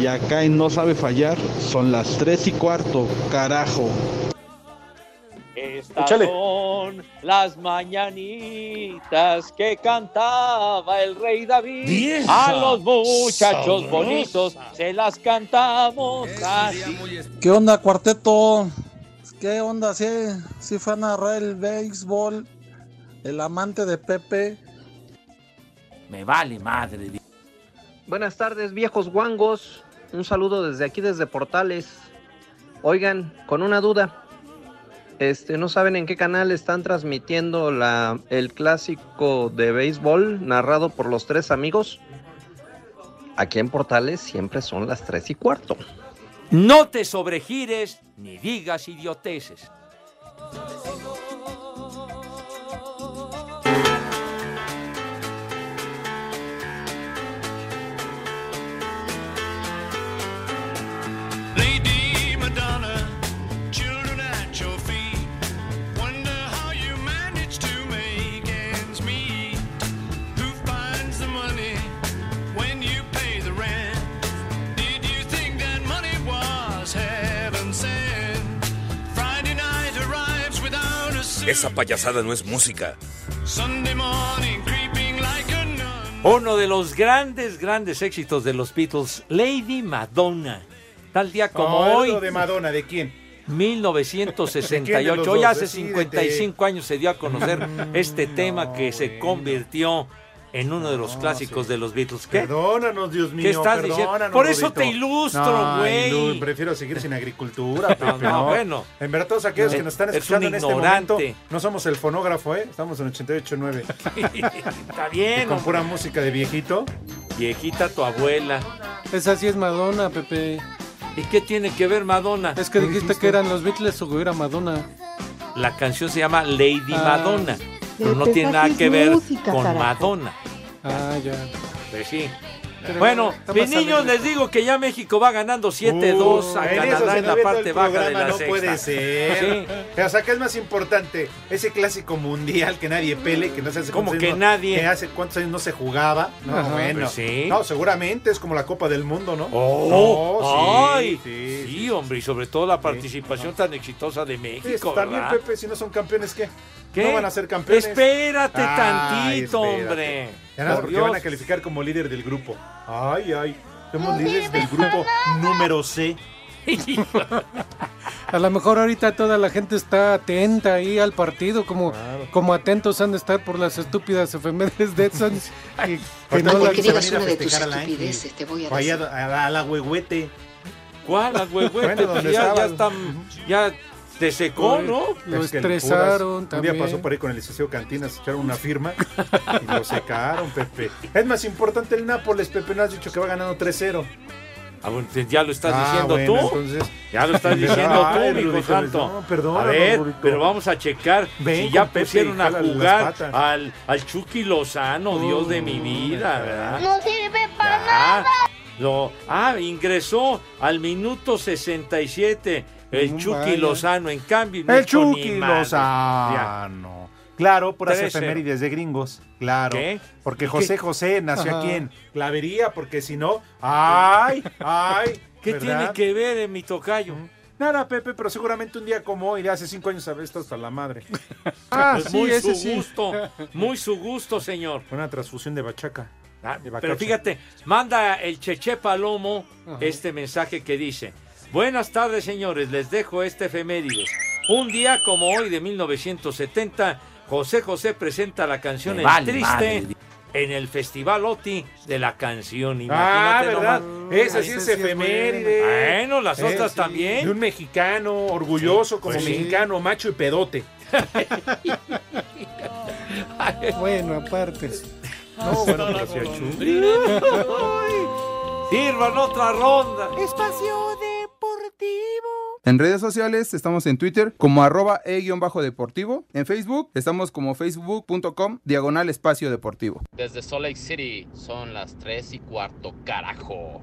Speaker 10: y acá en No Sabe Fallar son las tres y cuarto, carajo.
Speaker 6: Estas
Speaker 10: Échale.
Speaker 6: son las mañanitas que cantaba el rey David.
Speaker 13: Vieja
Speaker 6: A los muchachos
Speaker 13: sabrosa.
Speaker 6: bonitos se las cantamos así.
Speaker 13: ¿Qué onda, cuarteto? ¿Qué onda? Si si fue a narrar el béisbol, el amante de Pepe.
Speaker 24: Me vale madre.
Speaker 25: Buenas tardes, viejos guangos. Un saludo desde aquí, desde Portales. Oigan, con una duda. Este, ¿no saben en qué canal están transmitiendo la, el clásico de béisbol narrado por los tres amigos? Aquí en Portales siempre son las tres y cuarto.
Speaker 6: No te sobregires ni digas idioteces.
Speaker 26: Lady Madonna, children at your feet. Wonder how you manage to make ends meet. Who finds the money when you pay the rent? Did you think that money was heaven sent? Friday night arrives without a suit.
Speaker 27: Esa payasada no es música.
Speaker 26: Sunday morning creeping like a nun.
Speaker 6: Uno de los grandes, grandes éxitos de los Beatles, Lady Madonna. Tal día como
Speaker 10: Oh,
Speaker 6: hoy.
Speaker 10: lo de Madonna, ¿de quién? ¿De <laughs> quién de
Speaker 6: 1968.
Speaker 10: los
Speaker 6: Hoy
Speaker 10: dos?
Speaker 6: hace
Speaker 10: Decídete.
Speaker 6: 55 años se dio a
Speaker 10: <laughs>
Speaker 6: conocer este tema que se convirtió en uno de los clásicos de los Beatles. ¿Qué?
Speaker 10: Perdónanos, Dios mío.
Speaker 6: ¿Qué estás
Speaker 10: perdónanos,
Speaker 6: diciendo? Por eso
Speaker 10: Rudito.
Speaker 6: te ilustro,
Speaker 10: No,
Speaker 6: güey.
Speaker 10: ilu- prefiero seguir sin agricultura, Pepe,
Speaker 6: <laughs> no,
Speaker 10: no.
Speaker 6: bueno.
Speaker 10: En verdad, todos aquellos que nos están
Speaker 6: Eres
Speaker 10: escuchando
Speaker 6: un
Speaker 10: en este
Speaker 6: ignorante.
Speaker 10: momento, no somos el fonógrafo, ¿eh? Estamos en 88.9.
Speaker 6: <laughs> Está bien.
Speaker 10: Y Con
Speaker 6: hombre.
Speaker 10: pura música de viejito.
Speaker 6: Viejita tu abuela.
Speaker 9: Esa sí es Madonna, Pepe.
Speaker 6: ¿Y qué tiene que ver Madonna?
Speaker 9: Es que dijiste que eran los Beatles o que era Madonna.
Speaker 6: La canción se llama Lady
Speaker 9: Ah.
Speaker 6: Madonna. Pero no
Speaker 9: Pepe,
Speaker 6: tiene nada
Speaker 9: haces
Speaker 6: que ver
Speaker 9: música,
Speaker 6: con
Speaker 9: carajo.
Speaker 6: Madonna.
Speaker 9: Ah, ya.
Speaker 6: Pues sí.
Speaker 9: Pero
Speaker 6: bueno,
Speaker 9: está
Speaker 6: mis
Speaker 9: más
Speaker 6: niños,
Speaker 9: alegre.
Speaker 6: les digo que ya México va ganando 7-2 a
Speaker 10: Uh, en eso
Speaker 6: Canadá
Speaker 10: se
Speaker 6: en
Speaker 10: nos
Speaker 6: la
Speaker 10: viene
Speaker 6: parte
Speaker 10: el
Speaker 6: baja de
Speaker 10: programa,
Speaker 6: la
Speaker 10: No
Speaker 6: sexta.
Speaker 10: puede ser. O sea, ¿qué es más importante? Ese clásico mundial que nadie pele, que no se hace
Speaker 6: Como
Speaker 10: cuántos
Speaker 6: que
Speaker 10: años no-
Speaker 6: nadie.
Speaker 10: Que hace cuántos años no se jugaba. No,
Speaker 6: Ajá.
Speaker 10: bueno.
Speaker 6: Pues sí.
Speaker 10: No, seguramente es como la Copa del Mundo, ¿no?
Speaker 6: Oh,
Speaker 10: No, sí,
Speaker 6: ay, sí, hombre, y sobre todo la participación tan exitosa de México.
Speaker 10: Pues, también,
Speaker 6: ¿verdad?
Speaker 10: Pepe, si no son campeones, ¿qué?
Speaker 6: ¿Qué?
Speaker 10: No van a ser campeones.
Speaker 6: Espérate
Speaker 10: Ay,
Speaker 6: tantito,
Speaker 10: espérate.
Speaker 6: hombre.
Speaker 10: Ya nada,
Speaker 6: Por
Speaker 10: porque
Speaker 6: Dios.
Speaker 10: van a calificar como líder del grupo. Ay, ay. Somos líderes del grupo número C.
Speaker 9: A lo mejor ahorita toda la gente está atenta ahí al partido, como, como atentos han de estar por las estúpidas efemérides de Edson. que- que no la-
Speaker 10: te voy a Vaya a la, a la huehuete.
Speaker 6: ¿Cuál? La huehuete,
Speaker 10: Bueno, donde
Speaker 6: pues ya, ya
Speaker 10: estabas.
Speaker 6: están, ya te secó, ¿no?
Speaker 9: Lo
Speaker 10: Es que el
Speaker 9: estresaron
Speaker 10: Pudas Un
Speaker 9: también.
Speaker 10: día pasó por ahí con el licenciado Cantinas, echaron una firma y lo secaron, Pepe. Es más importante el Nápoles, Pepe. No has dicho que va ganando 3-0.
Speaker 6: Ah, bueno, pues ya lo estás
Speaker 10: Ah,
Speaker 6: diciendo
Speaker 10: bueno,
Speaker 6: tú.
Speaker 10: entonces-
Speaker 6: Ya
Speaker 10: <laughs>
Speaker 6: lo estás diciendo
Speaker 10: Ay,
Speaker 6: tú, mijo
Speaker 10: Rudito,
Speaker 6: santo.
Speaker 10: no, perdóname,
Speaker 6: a ver,
Speaker 10: Rudito.
Speaker 6: pero vamos a checar
Speaker 10: Ven
Speaker 6: si ya
Speaker 10: con Pepe y
Speaker 6: pusieron a
Speaker 10: jálale las
Speaker 6: jugar
Speaker 10: patas.
Speaker 6: al, al Chucky Lozano, Dios de mi vida, ¿verdad?
Speaker 4: sirve
Speaker 6: Ah, lo- ah, ingresó al minuto 67 el
Speaker 10: No
Speaker 6: Chucky
Speaker 10: vaya.
Speaker 6: Lozano. En cambio, no
Speaker 10: El
Speaker 6: hizo ni
Speaker 10: Chucky
Speaker 6: madre.
Speaker 10: Lozano. Claro, por las
Speaker 6: 3-0.
Speaker 10: efemérides de gringos. Claro.
Speaker 6: ¿Qué? ¿Y
Speaker 10: Porque
Speaker 6: qué?
Speaker 10: José José nació
Speaker 6: Ajá.
Speaker 10: aquí en Clavería, porque si no. ¡Ay! ¡Ay!
Speaker 6: <laughs> ¿Qué tiene que ver en mi tocayo?
Speaker 10: Nada, Pepe, pero seguramente un día como hoy, de hace cinco años, había estado hasta
Speaker 6: <laughs>
Speaker 10: la madre. Ah,
Speaker 6: Pues muy su <laughs> gusto, muy su gusto, señor.
Speaker 10: Una transfusión de bachaca. de bacacha.
Speaker 6: Pero fíjate, manda el Cheche Palomo este mensaje que dice: Buenas tardes, señores, les dejo este efeméride. Un día como hoy de 1970, José José presenta la canción
Speaker 23: Me
Speaker 6: El
Speaker 23: vale
Speaker 6: Triste
Speaker 23: madre.
Speaker 6: en el Festival Oti de la canción.
Speaker 10: Ah,
Speaker 6: Imagínate
Speaker 10: ¿verdad?
Speaker 6: nomás.
Speaker 10: Esa sí es efeméride.
Speaker 6: Bueno, las otras también.
Speaker 10: De un mexicano orgulloso
Speaker 6: Sí,
Speaker 10: como
Speaker 6: pues sí.
Speaker 10: mexicano, macho y pedote.
Speaker 9: Bueno, aparte.
Speaker 10: No, bueno, pero sí, achú.
Speaker 6: Sirvan otra ronda.
Speaker 28: Espacio Deportivo.
Speaker 29: En redes sociales estamos en Twitter como arroba e e-deportivo. En Facebook estamos como facebook.com diagonal espacio deportivo.
Speaker 27: Desde Salt Lake City son las 3 y cuarto, carajo.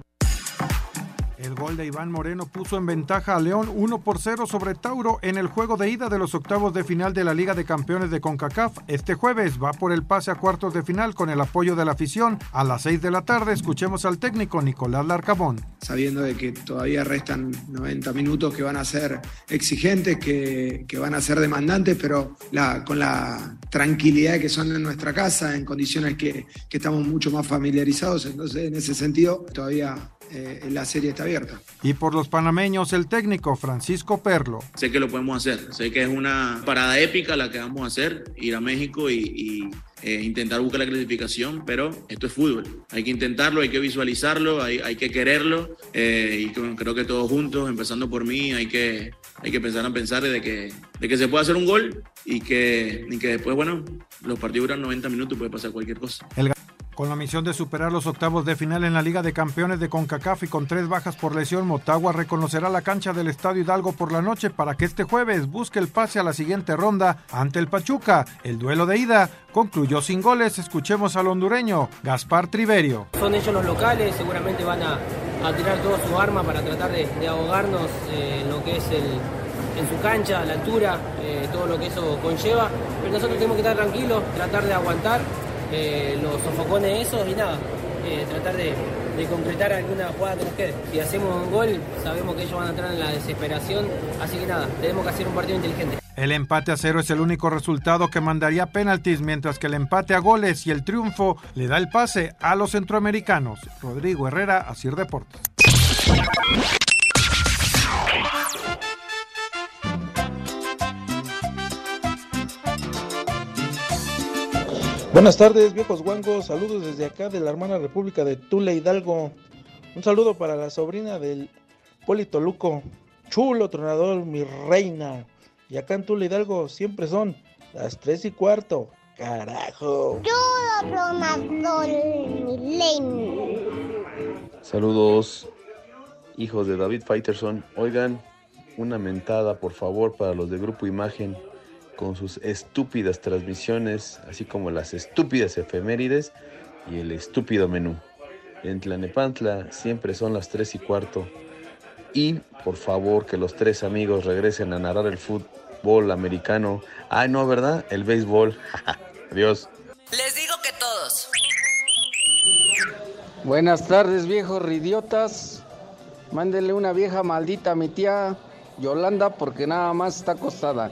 Speaker 30: El gol de Iván Moreno puso en ventaja a León 1 por 0 sobre Tauro en el juego de ida de los octavos de final de la Liga de Campeones de CONCACAF. Este jueves va por el pase a cuartos de final con el apoyo de la afición. A las 6 de la tarde escuchemos al técnico Nicolás Larcabón.
Speaker 31: sabiendo de que todavía restan 90 minutos que van a ser exigentes, que, que van a ser demandantes, pero la- con la tranquilidad que son en nuestra casa, en condiciones que, que estamos mucho más familiarizados, entonces en ese sentido todavía eh, la serie está abierta.
Speaker 30: Y por los panameños el técnico Francisco Perlo.
Speaker 32: Sé que lo podemos hacer, sé que es una parada épica la que vamos a hacer, ir a México y, y eh, intentar buscar la clasificación, pero esto es fútbol. Hay que intentarlo, hay que visualizarlo, hay, hay que quererlo eh, y con- creo que todos juntos, empezando por mí, hay que, hay que pensar en pensar de que, de que se puede hacer un gol y que, y que después, bueno, los partidos duran 90 minutos, puede pasar cualquier cosa.
Speaker 30: Con la misión de superar los octavos de final en la Liga de Campeones de CONCACAF y con tres bajas por lesión, Motagua reconocerá la cancha del Estadio Hidalgo por la noche para que este jueves busque el pase a la siguiente ronda ante el Pachuca. El duelo de ida concluyó sin goles. Escuchemos al hondureño Gaspar Triverio.
Speaker 16: Son ellos los locales, seguramente van a, a tirar todo su arma para tratar de, de ahogarnos eh, en lo que es el, en su cancha, la altura, eh, todo lo que eso conlleva. Pero nosotros tenemos que estar tranquilos, tratar de aguantar eh, los sofocones esos y nada, eh, tratar de, de concretar alguna jugada que nos quede. Si hacemos un gol, sabemos que ellos van a entrar en la desesperación, así que nada, tenemos que hacer un partido inteligente.
Speaker 30: El empate a cero es el único resultado que mandaría a penaltis, mientras que el empate a goles y el triunfo le da el pase a los centroamericanos. Rodrigo Herrera, Asir Deportes.
Speaker 33: Buenas tardes, viejos guangos. Saludos desde acá de la hermana República de Tula Hidalgo. Un saludo para la sobrina del Polito Luco. Chulo tronador, mi reina. Y acá en Tula Hidalgo siempre son las tres y cuarto. Carajo.
Speaker 34: Saludos, hijos de David Fighterson. Oigan, una mentada, por favor, para los de Grupo Imagen con sus estúpidas transmisiones, así como las estúpidas efemérides y el estúpido menú. En Tlanepantla siempre son las 3 y cuarto. Y por favor que los tres amigos regresen a narrar el fútbol americano. Ah, no, ¿verdad? El béisbol. <laughs> Adiós.
Speaker 5: Les digo que todos.
Speaker 23: Buenas tardes, viejos ridiotas. Mándenle una vieja maldita a mi tía Yolanda porque nada más está acostada.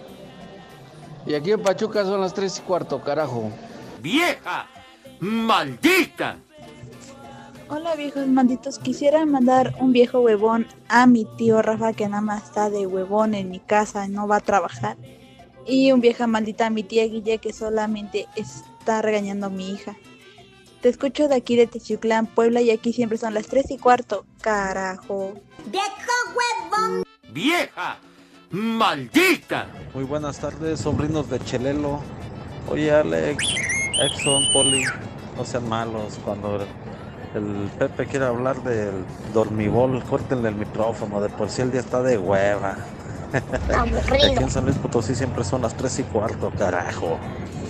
Speaker 23: Y aquí en Pachuca son las tres y cuarto, carajo.
Speaker 6: ¡Vieja! ¡Maldita!
Speaker 35: Hola viejos manditos, quisiera mandar un viejo huevón a mi tío Rafa que nada más está de huevón en mi casa, no va a trabajar. Y un vieja maldita a mi tía Guille que solamente está regañando a mi hija. Te escucho de aquí de Techiuclán, Puebla y aquí siempre son las 3 y cuarto. Carajo.
Speaker 6: ¡Vieja! ¡Maldita!
Speaker 13: Muy buenas tardes, sobrinos de Chelelo. Oye, Alex, Exxon, Poli, no sean malos. Cuando el Pepe quiere hablar del dormibol, córtenle el micrófono. De por sí el día está de hueva. Aquí en San Luis Potosí siempre son las 3 y cuarto, carajo.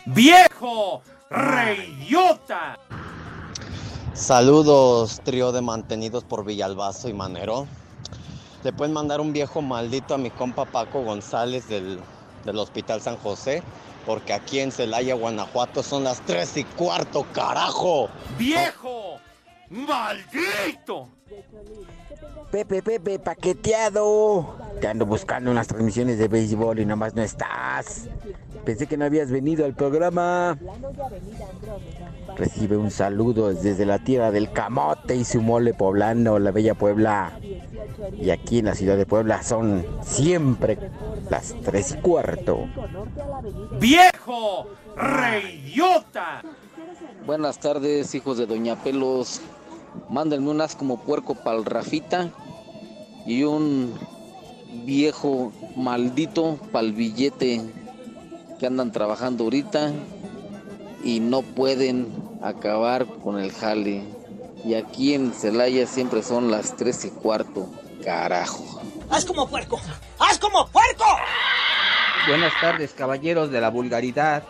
Speaker 6: ¡Viejo! ¡Reyota!
Speaker 36: Saludos, trío de mantenidos por Villalbazo y Manero. Le pueden mandar un viejo maldito a mi compa Paco González del, del Hospital San José, porque aquí en Celaya, Guanajuato, son las 3 y cuarto, carajo.
Speaker 6: ¡Viejo! ¡Maldito!
Speaker 8: Pepe, Pepe, paqueteado. Te ando buscando unas transmisiones de béisbol y nomás no estás. Pensé que no habías venido al programa. Recibe un saludo desde la tierra del camote y su mole poblano, la bella Puebla. Y aquí en la ciudad de Puebla son siempre las tres y cuarto.
Speaker 6: ¡Viejo! ¡Reyota!
Speaker 37: Buenas tardes, hijos de Doña Pelos. Mándenme unas como puerco pa'l Rafita y un viejo maldito pa'l billete que andan trabajando ahorita y no pueden acabar con el jale. Y aquí en Celaya siempre son las tres y cuarto. Carajo.
Speaker 5: ¡Haz como puerco! ¡Haz como puerco!
Speaker 38: Buenas tardes, caballeros de la vulgaridad.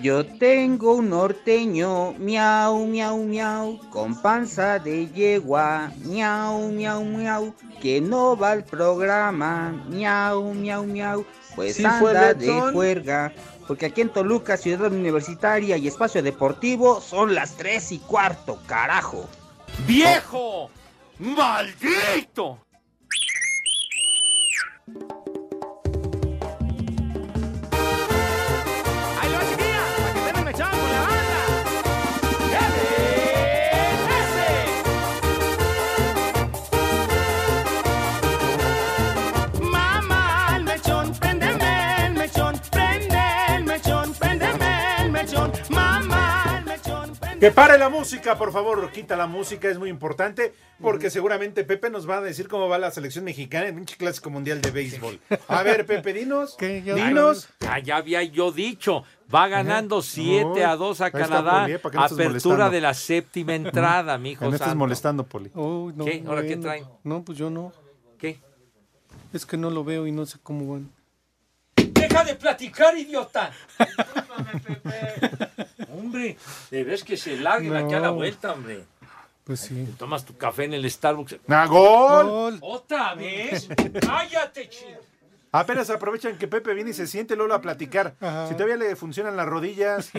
Speaker 38: Yo tengo un norteño, miau, miau, miau, con panza de yegua, miau, miau, miau, que no va al programa, miau, miau, miau, pues
Speaker 39: Sí fue
Speaker 38: anda de
Speaker 39: Betson.
Speaker 38: juerga. Porque aquí en Toluca, Ciudad Universitaria y Espacio Deportivo son las tres y cuarto, carajo.
Speaker 6: ¡Viejo! ¡Maldito!
Speaker 26: Mamá, el mechón, préndeme el mechón, prende el mechón, préndeme el mechón. Mamá,
Speaker 10: Que pare la música, por favor. Quita la música, es muy importante. Porque seguramente Pepe nos va a decir cómo va la selección mexicana en un clásico mundial de béisbol. A ver, Pepe, dinos. Dinos.
Speaker 6: Ah, ya había yo dicho. Va ganando 7 a 2
Speaker 10: Ahí
Speaker 6: a
Speaker 10: está,
Speaker 6: Canadá.
Speaker 10: Poli, ¿eh? ¿Para qué no estás
Speaker 6: Apertura
Speaker 10: molestando? este
Speaker 6: de la séptima entrada, mijo.
Speaker 10: Ya me estás
Speaker 6: santo.
Speaker 10: molestando, Poli.
Speaker 9: Oh, no,
Speaker 6: ¿Qué? ¿Ahora qué
Speaker 9: bueno.
Speaker 6: traen?
Speaker 9: No, pues yo no.
Speaker 6: ¿Qué?
Speaker 9: Es que no lo veo y no sé cómo van.
Speaker 6: ¡Deja de platicar, idiota! <laughs> hombre, debes que se larguen aquí a la
Speaker 9: No.
Speaker 6: vuelta, hombre.
Speaker 9: Pues sí.
Speaker 6: Tomas tu café en el Starbucks.
Speaker 10: ¡Ah, gol!
Speaker 6: ¿Otra
Speaker 10: <laughs>
Speaker 6: vez? ¡Cállate, chido!
Speaker 10: Apenas aprovechan que Pepe viene y se siente Lolo a platicar. Si todavía le funcionan las
Speaker 6: <laughs>
Speaker 10: rodillas.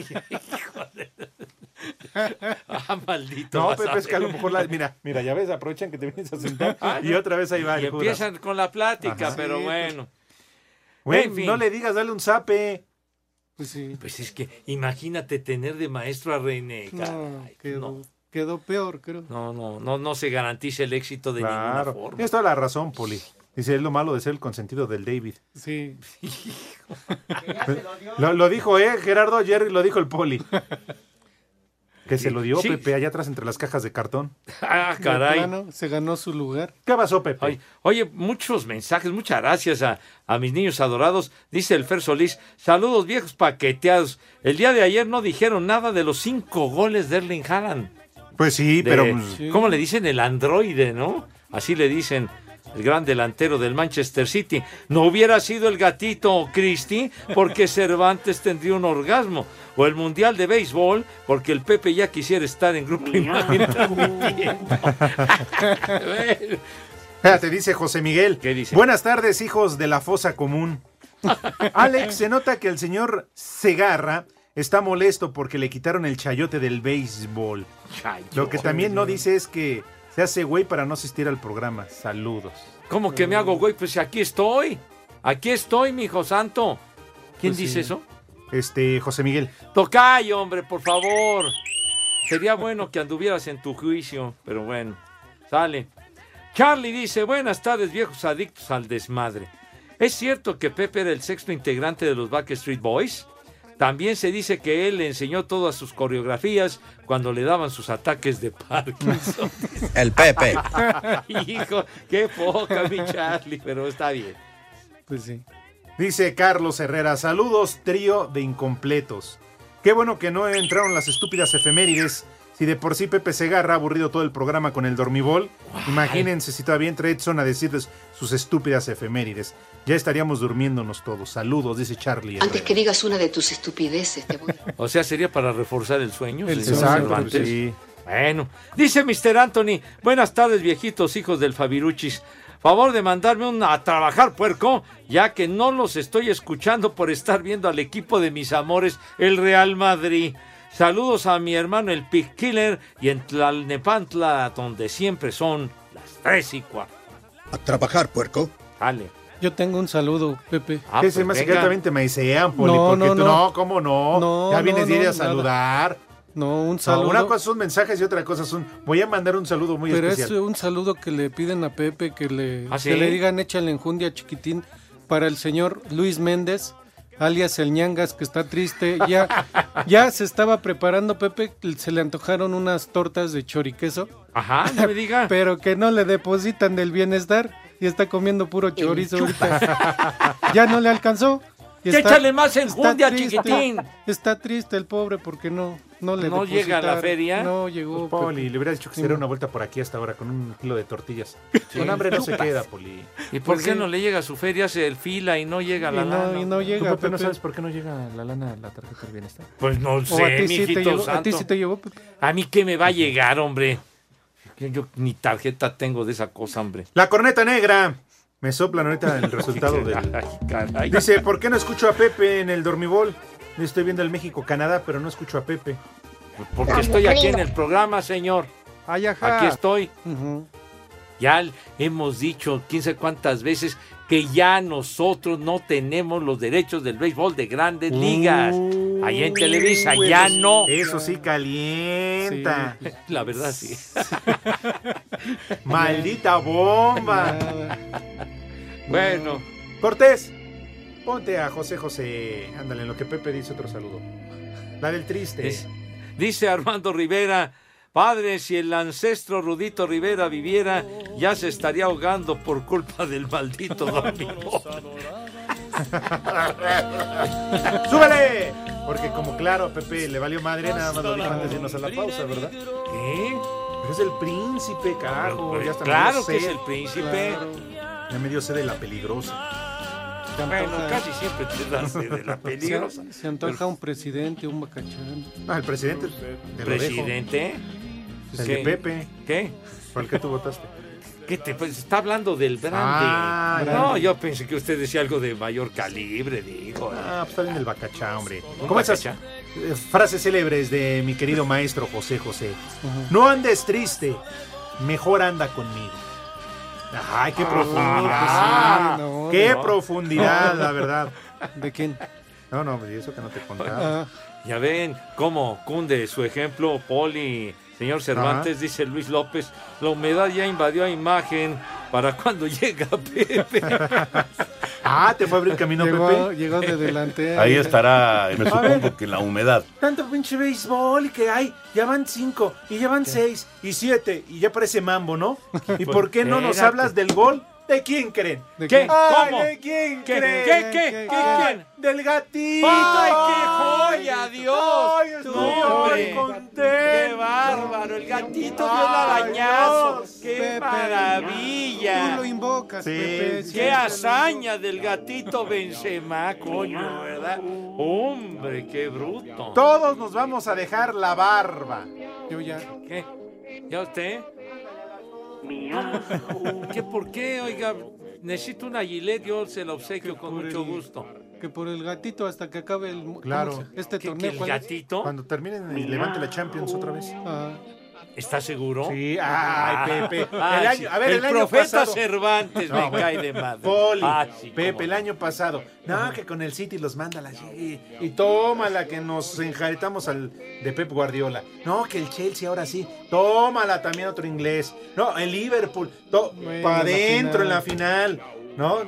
Speaker 6: Ah, maldito.
Speaker 10: No,
Speaker 6: vas a
Speaker 10: Pepe, es que a lo
Speaker 6: ver.
Speaker 10: mejor la- Mira, mira, ya ves, aprovechan que te vienes a sentar.
Speaker 6: <laughs> Ah,
Speaker 10: y
Speaker 6: no.
Speaker 10: otra vez ahí va.
Speaker 6: Y
Speaker 10: el Judas.
Speaker 6: empiezan con la plática,
Speaker 10: Ajá.
Speaker 6: pero
Speaker 10: Sí, pues.
Speaker 6: bueno.
Speaker 10: Güey,
Speaker 6: En fin.
Speaker 10: no le digas, dale un zape.
Speaker 9: Pues sí.
Speaker 6: Pues es que imagínate tener de maestro a René.
Speaker 9: No,
Speaker 6: caray.
Speaker 9: quedó,
Speaker 6: No,
Speaker 9: quedó peor, creo.
Speaker 6: no, no, no, no se garantiza el éxito de ninguna
Speaker 10: Claro.
Speaker 6: forma.
Speaker 10: Tienes toda la razón, Poli. Dice, es lo malo de ser el consentido del David.
Speaker 9: Sí.
Speaker 10: Lo, lo dijo, ¿eh? Gerardo Jerry lo dijo
Speaker 6: <laughs>
Speaker 10: el Poli. Que se
Speaker 9: Sí.
Speaker 10: lo dio
Speaker 9: Sí.
Speaker 10: Pepe allá atrás entre las cajas de cartón.
Speaker 6: Ah,
Speaker 9: De
Speaker 6: caray.
Speaker 9: plano, se ganó su lugar.
Speaker 10: ¿Qué pasó, Pepe?
Speaker 6: Oye, oye, muchos mensajes, muchas gracias a, a mis niños adorados. Dice el Fer Solís, saludos viejos paqueteados. El día de ayer no dijeron nada de los cinco goles de Erling Haaland.
Speaker 10: Pues sí,
Speaker 6: De-
Speaker 10: pero...
Speaker 6: ¿Cómo le dicen? El androide, ¿no? Así le dicen el gran delantero del Manchester City. No hubiera sido el gatito Christie porque <laughs> Cervantes tendría un orgasmo. O el Mundial de Béisbol porque el Pepe ya quisiera estar en grupo Imagen <laughs> transmitiendo.
Speaker 10: Espérate, Ah, dice José Miguel. Buenas tardes, hijos de la fosa <laughs> común. Alex, se nota que el señor Segarra está molesto porque le quitaron el chayote del béisbol. Lo que también no dice es que se hace güey para no asistir al programa. Saludos.
Speaker 6: ¿Cómo que me hago güey? Pues aquí estoy. Aquí estoy, mi hijo santo. ¿Quién
Speaker 10: Pues sí.
Speaker 6: dice eso?
Speaker 10: Este, José Miguel.
Speaker 6: Tocayo, hombre, por favor. Sería bueno que anduvieras en tu juicio, pero bueno, sale. Charlie dice, buenas tardes, viejos adictos al desmadre. ¿Es cierto que Pepe era el sexto integrante de los Backstreet Boys? También se dice que él le enseñó todas sus coreografías cuando le daban sus ataques de <laughs>
Speaker 10: <laughs>
Speaker 6: Parkinson.
Speaker 40: El Pepe.
Speaker 6: Hijo, qué poca, mi Charlie, pero está bien.
Speaker 9: Pues sí.
Speaker 10: Dice Carlos Herrera, saludos, trío de incompletos. Qué bueno que no entraron las estúpidas efemérides. Si de por sí Pepe Segarra ha aburrido todo el programa con el dormibol, imagínense si todavía entra Edson a decirles sus estúpidas efemérides. Ya estaríamos durmiéndonos todos. Saludos, dice Charlie. Herrera.
Speaker 4: Antes que digas una de tus estupideces, te voy
Speaker 6: O sea, sería para reforzar el sueño.
Speaker 10: El
Speaker 6: señor
Speaker 10: sueño,
Speaker 9: pues
Speaker 6: Cervantes.
Speaker 10: sí.
Speaker 6: Bueno, dice Mr. Anthony, buenas tardes viejitos hijos del Fabiruchis. Favor de mandarme un a trabajar puerco, ya que no los estoy escuchando por estar viendo al equipo de mis amores, el Real Madrid. Saludos a mi hermano el Pig Killer y en Tlalnepantla, donde siempre son las tres y cuarto.
Speaker 9: A trabajar, puerco.
Speaker 6: Dale.
Speaker 9: Yo tengo un saludo, Pepe.
Speaker 6: Ah,
Speaker 10: ¿Qué se me hace que también te maicean, Poli?
Speaker 9: No,
Speaker 10: porque
Speaker 9: no,
Speaker 10: tú-
Speaker 9: no.
Speaker 10: ¿cómo no?
Speaker 9: No,
Speaker 10: ya vienes
Speaker 9: no,
Speaker 10: de ir
Speaker 9: no,
Speaker 10: a
Speaker 9: nada.
Speaker 10: saludar.
Speaker 9: No, un
Speaker 10: No,
Speaker 9: saludo.
Speaker 10: una cosa son mensajes y otra cosa son... Voy a mandar un saludo muy
Speaker 9: Pero es
Speaker 10: especial.
Speaker 9: un saludo que le piden a Pepe, que le,
Speaker 10: ¿Ah, sí?
Speaker 9: que le digan échale enjundia chiquitín para el señor Luis Méndez, alias el ñangas, que está triste. Ya, ya se estaba preparando Pepe, se le antojaron unas tortas de choriqueso.
Speaker 6: Ajá,
Speaker 9: <laughs>
Speaker 6: no me diga.
Speaker 9: Pero que no le depositan del bienestar y está comiendo puro chorizo ahorita. ya no le alcanzó. y
Speaker 6: Ya échale más
Speaker 9: está
Speaker 6: enjundia,
Speaker 9: triste,
Speaker 6: chiquitín.
Speaker 9: Está triste el pobre porque no, no le
Speaker 6: ¿No llega a la
Speaker 9: depositaron.
Speaker 6: feria?
Speaker 9: No llegó.
Speaker 10: Pues, Poli,
Speaker 9: Pepe.
Speaker 10: le hubieras dicho que se diera una vuelta por aquí hasta ahora con un kilo de tortillas.
Speaker 6: Sí.
Speaker 10: Con hambre no se
Speaker 6: Chupas.
Speaker 10: queda, Poli.
Speaker 6: ¿Y por
Speaker 9: Pues
Speaker 6: qué
Speaker 9: sí.
Speaker 6: no le llega a su feria, hace el fila y no llega la lana?
Speaker 9: llega,
Speaker 10: ¿Tú, Pepe, no
Speaker 9: Pepe.
Speaker 10: sabes por qué no llega la lana a la tarjeta del bienestar?
Speaker 6: Pues no
Speaker 9: O a
Speaker 6: sé,
Speaker 9: ti sí te
Speaker 6: mijito
Speaker 9: llegó, a ti
Speaker 6: santo.
Speaker 9: sí te llegó, Pepe.
Speaker 6: A mí qué me va a llegar, hombre. Yo, yo ni tarjeta tengo de esa cosa, hombre.
Speaker 10: La corneta negra. Me soplan ahorita el resultado del... Dice, ¿por qué no escucho a Pepe en el dormibol? Estoy viendo el México-Canadá, pero no escucho a Pepe.
Speaker 6: Porque estoy aquí en el programa, señor.
Speaker 9: Ay,
Speaker 10: ajá.
Speaker 6: Aquí estoy. Ya l- hemos dicho quién sabe cuántas veces que ya nosotros no tenemos los derechos del béisbol de grandes ligas.
Speaker 9: Uh.
Speaker 6: Ahí en Televisa
Speaker 10: Uy,
Speaker 6: ya
Speaker 10: eso-
Speaker 6: no.
Speaker 10: Eso sí calienta.
Speaker 6: <laughs> La verdad sí.
Speaker 10: <laughs> Maldita bomba.
Speaker 6: Bueno.
Speaker 10: Cortés, ponte a José José. Ándale, en lo que Pepe dice otro saludo. La del triste.
Speaker 6: Es- Dice Armando Rivera, padre, si el ancestro Rudito Rivera viviera, ya se estaría ahogando por culpa del
Speaker 10: <laughs>
Speaker 6: maldito Don Mimol".
Speaker 10: ¡Súbele! Porque como claro, a Pepe le valió madre, nada más lo dijo antes de irnos a la pausa, ¿verdad?
Speaker 6: ¿Qué?
Speaker 10: Pero es el príncipe,
Speaker 6: Pero-
Speaker 10: carajo.
Speaker 6: pues,
Speaker 10: ya hasta me
Speaker 6: claro
Speaker 10: dio
Speaker 6: que es
Speaker 10: sed.
Speaker 6: el príncipe.
Speaker 10: Claro. Ya me dio sed de la peligrosa.
Speaker 6: Bueno, casi siempre te
Speaker 10: <laughs>
Speaker 6: dan de la peligrosa.
Speaker 9: Se, se antoja un presidente, un bacachán.
Speaker 10: Ah, el presidente. Te lo dejo.
Speaker 6: Pues, ¿Presidente?
Speaker 10: El
Speaker 6: ¿Qué?
Speaker 10: de Pepe.
Speaker 6: ¿Qué?
Speaker 10: ¿Por qué tú votaste?
Speaker 6: ¿Qué te pues, está hablando del brandy?
Speaker 10: Ah,
Speaker 6: no,
Speaker 10: brandy.
Speaker 6: yo pensé que usted decía algo de mayor calibre, digo.
Speaker 10: Ah, pues está bien el bacachá, hombre.
Speaker 6: ¿Un
Speaker 10: Como esas
Speaker 6: bacachá?
Speaker 10: eh, frases célebres de mi querido maestro José José. No andes triste, mejor anda conmigo. Ay, qué
Speaker 9: Ah,
Speaker 10: profundidad. Ah,
Speaker 9: pues sí, no,
Speaker 10: qué
Speaker 9: no.
Speaker 10: profundidad, la verdad.
Speaker 9: ¿De quién?
Speaker 10: No, no, y eso que no te contaba.
Speaker 9: Ah.
Speaker 6: Ya ven cómo cunde su ejemplo, Poli. Señor Cervantes, dice Luis López, la humedad ya invadió a imagen para cuando <laughs> llega Pepe.
Speaker 10: ah, te fue a abrir camino,
Speaker 9: Llegó, llegó de delante.
Speaker 41: Ahí estará, me
Speaker 10: A ver.
Speaker 41: supongo que la humedad.
Speaker 10: Tanto pinche béisbol y que hay, ya van cinco, y ya van seis, y siete, y ya parece mambo, ¿no? ¿Y por qué no nos
Speaker 6: Espérate.
Speaker 10: hablas del gol? ¿De quién creen?
Speaker 6: ¿De quién?
Speaker 10: Ay,
Speaker 6: ¿Cómo?
Speaker 10: ¿De quién
Speaker 6: ¿Qué?
Speaker 10: creen?
Speaker 6: ¿Qué? ¿Qué? ¿Qué?
Speaker 10: Ay,
Speaker 6: ¿Quién?
Speaker 10: ¡Del gatito!
Speaker 6: ¡Ay, qué joya, Dios!
Speaker 10: ¡Ay,
Speaker 6: ¡Tú,
Speaker 10: estoy
Speaker 6: hombre!
Speaker 10: contento!
Speaker 6: ¡Qué bárbaro! El gatito dio el
Speaker 10: Ay,
Speaker 6: arañazo.
Speaker 10: Dios.
Speaker 6: ¡Qué
Speaker 10: Pepe,
Speaker 6: maravilla!
Speaker 9: Tú lo invocas,
Speaker 10: Sí,
Speaker 9: Pepe.
Speaker 6: ¡Qué hazaña del gatito Benzema, coño, verdad! ¡Hombre, qué bruto!
Speaker 10: Todos nos vamos a dejar la barba.
Speaker 9: Yo ya.
Speaker 6: ¿Qué? ¿Ya usted? ¿Qué por qué? Oiga, necesito una gilet, yo se la obsequio con
Speaker 9: por
Speaker 6: mucho
Speaker 9: el-
Speaker 6: gusto.
Speaker 9: Que por el gatito hasta que acabe el, ¿cómo
Speaker 10: Claro.
Speaker 9: se- este
Speaker 6: ¿Qué-
Speaker 9: torneo.
Speaker 6: que el
Speaker 9: ¿cuál es?
Speaker 6: gatito?
Speaker 10: Cuando terminen y levante la Champions otra vez.
Speaker 9: Ah.
Speaker 6: ¿Estás seguro?
Speaker 10: Sí, ay, Pepe.
Speaker 6: Ah,
Speaker 10: el
Speaker 6: sí.
Speaker 10: año, a ver, el, año
Speaker 6: profeta
Speaker 10: pasado-
Speaker 6: Cervantes me
Speaker 10: No, bueno.
Speaker 6: cae de madre.
Speaker 10: Poli,
Speaker 6: Ah, sí, cómo
Speaker 10: Pepe, el
Speaker 6: no.
Speaker 10: año pasado. No, que con el City los manda la y, y tómala, que nos enjaretamos al de Pep Guardiola. No, que el Chelsea ahora sí. Tómala también otro inglés. No, el Liverpool.
Speaker 6: Bueno,
Speaker 10: para
Speaker 6: la
Speaker 10: adentro en la
Speaker 6: final.
Speaker 10: final. ¿No?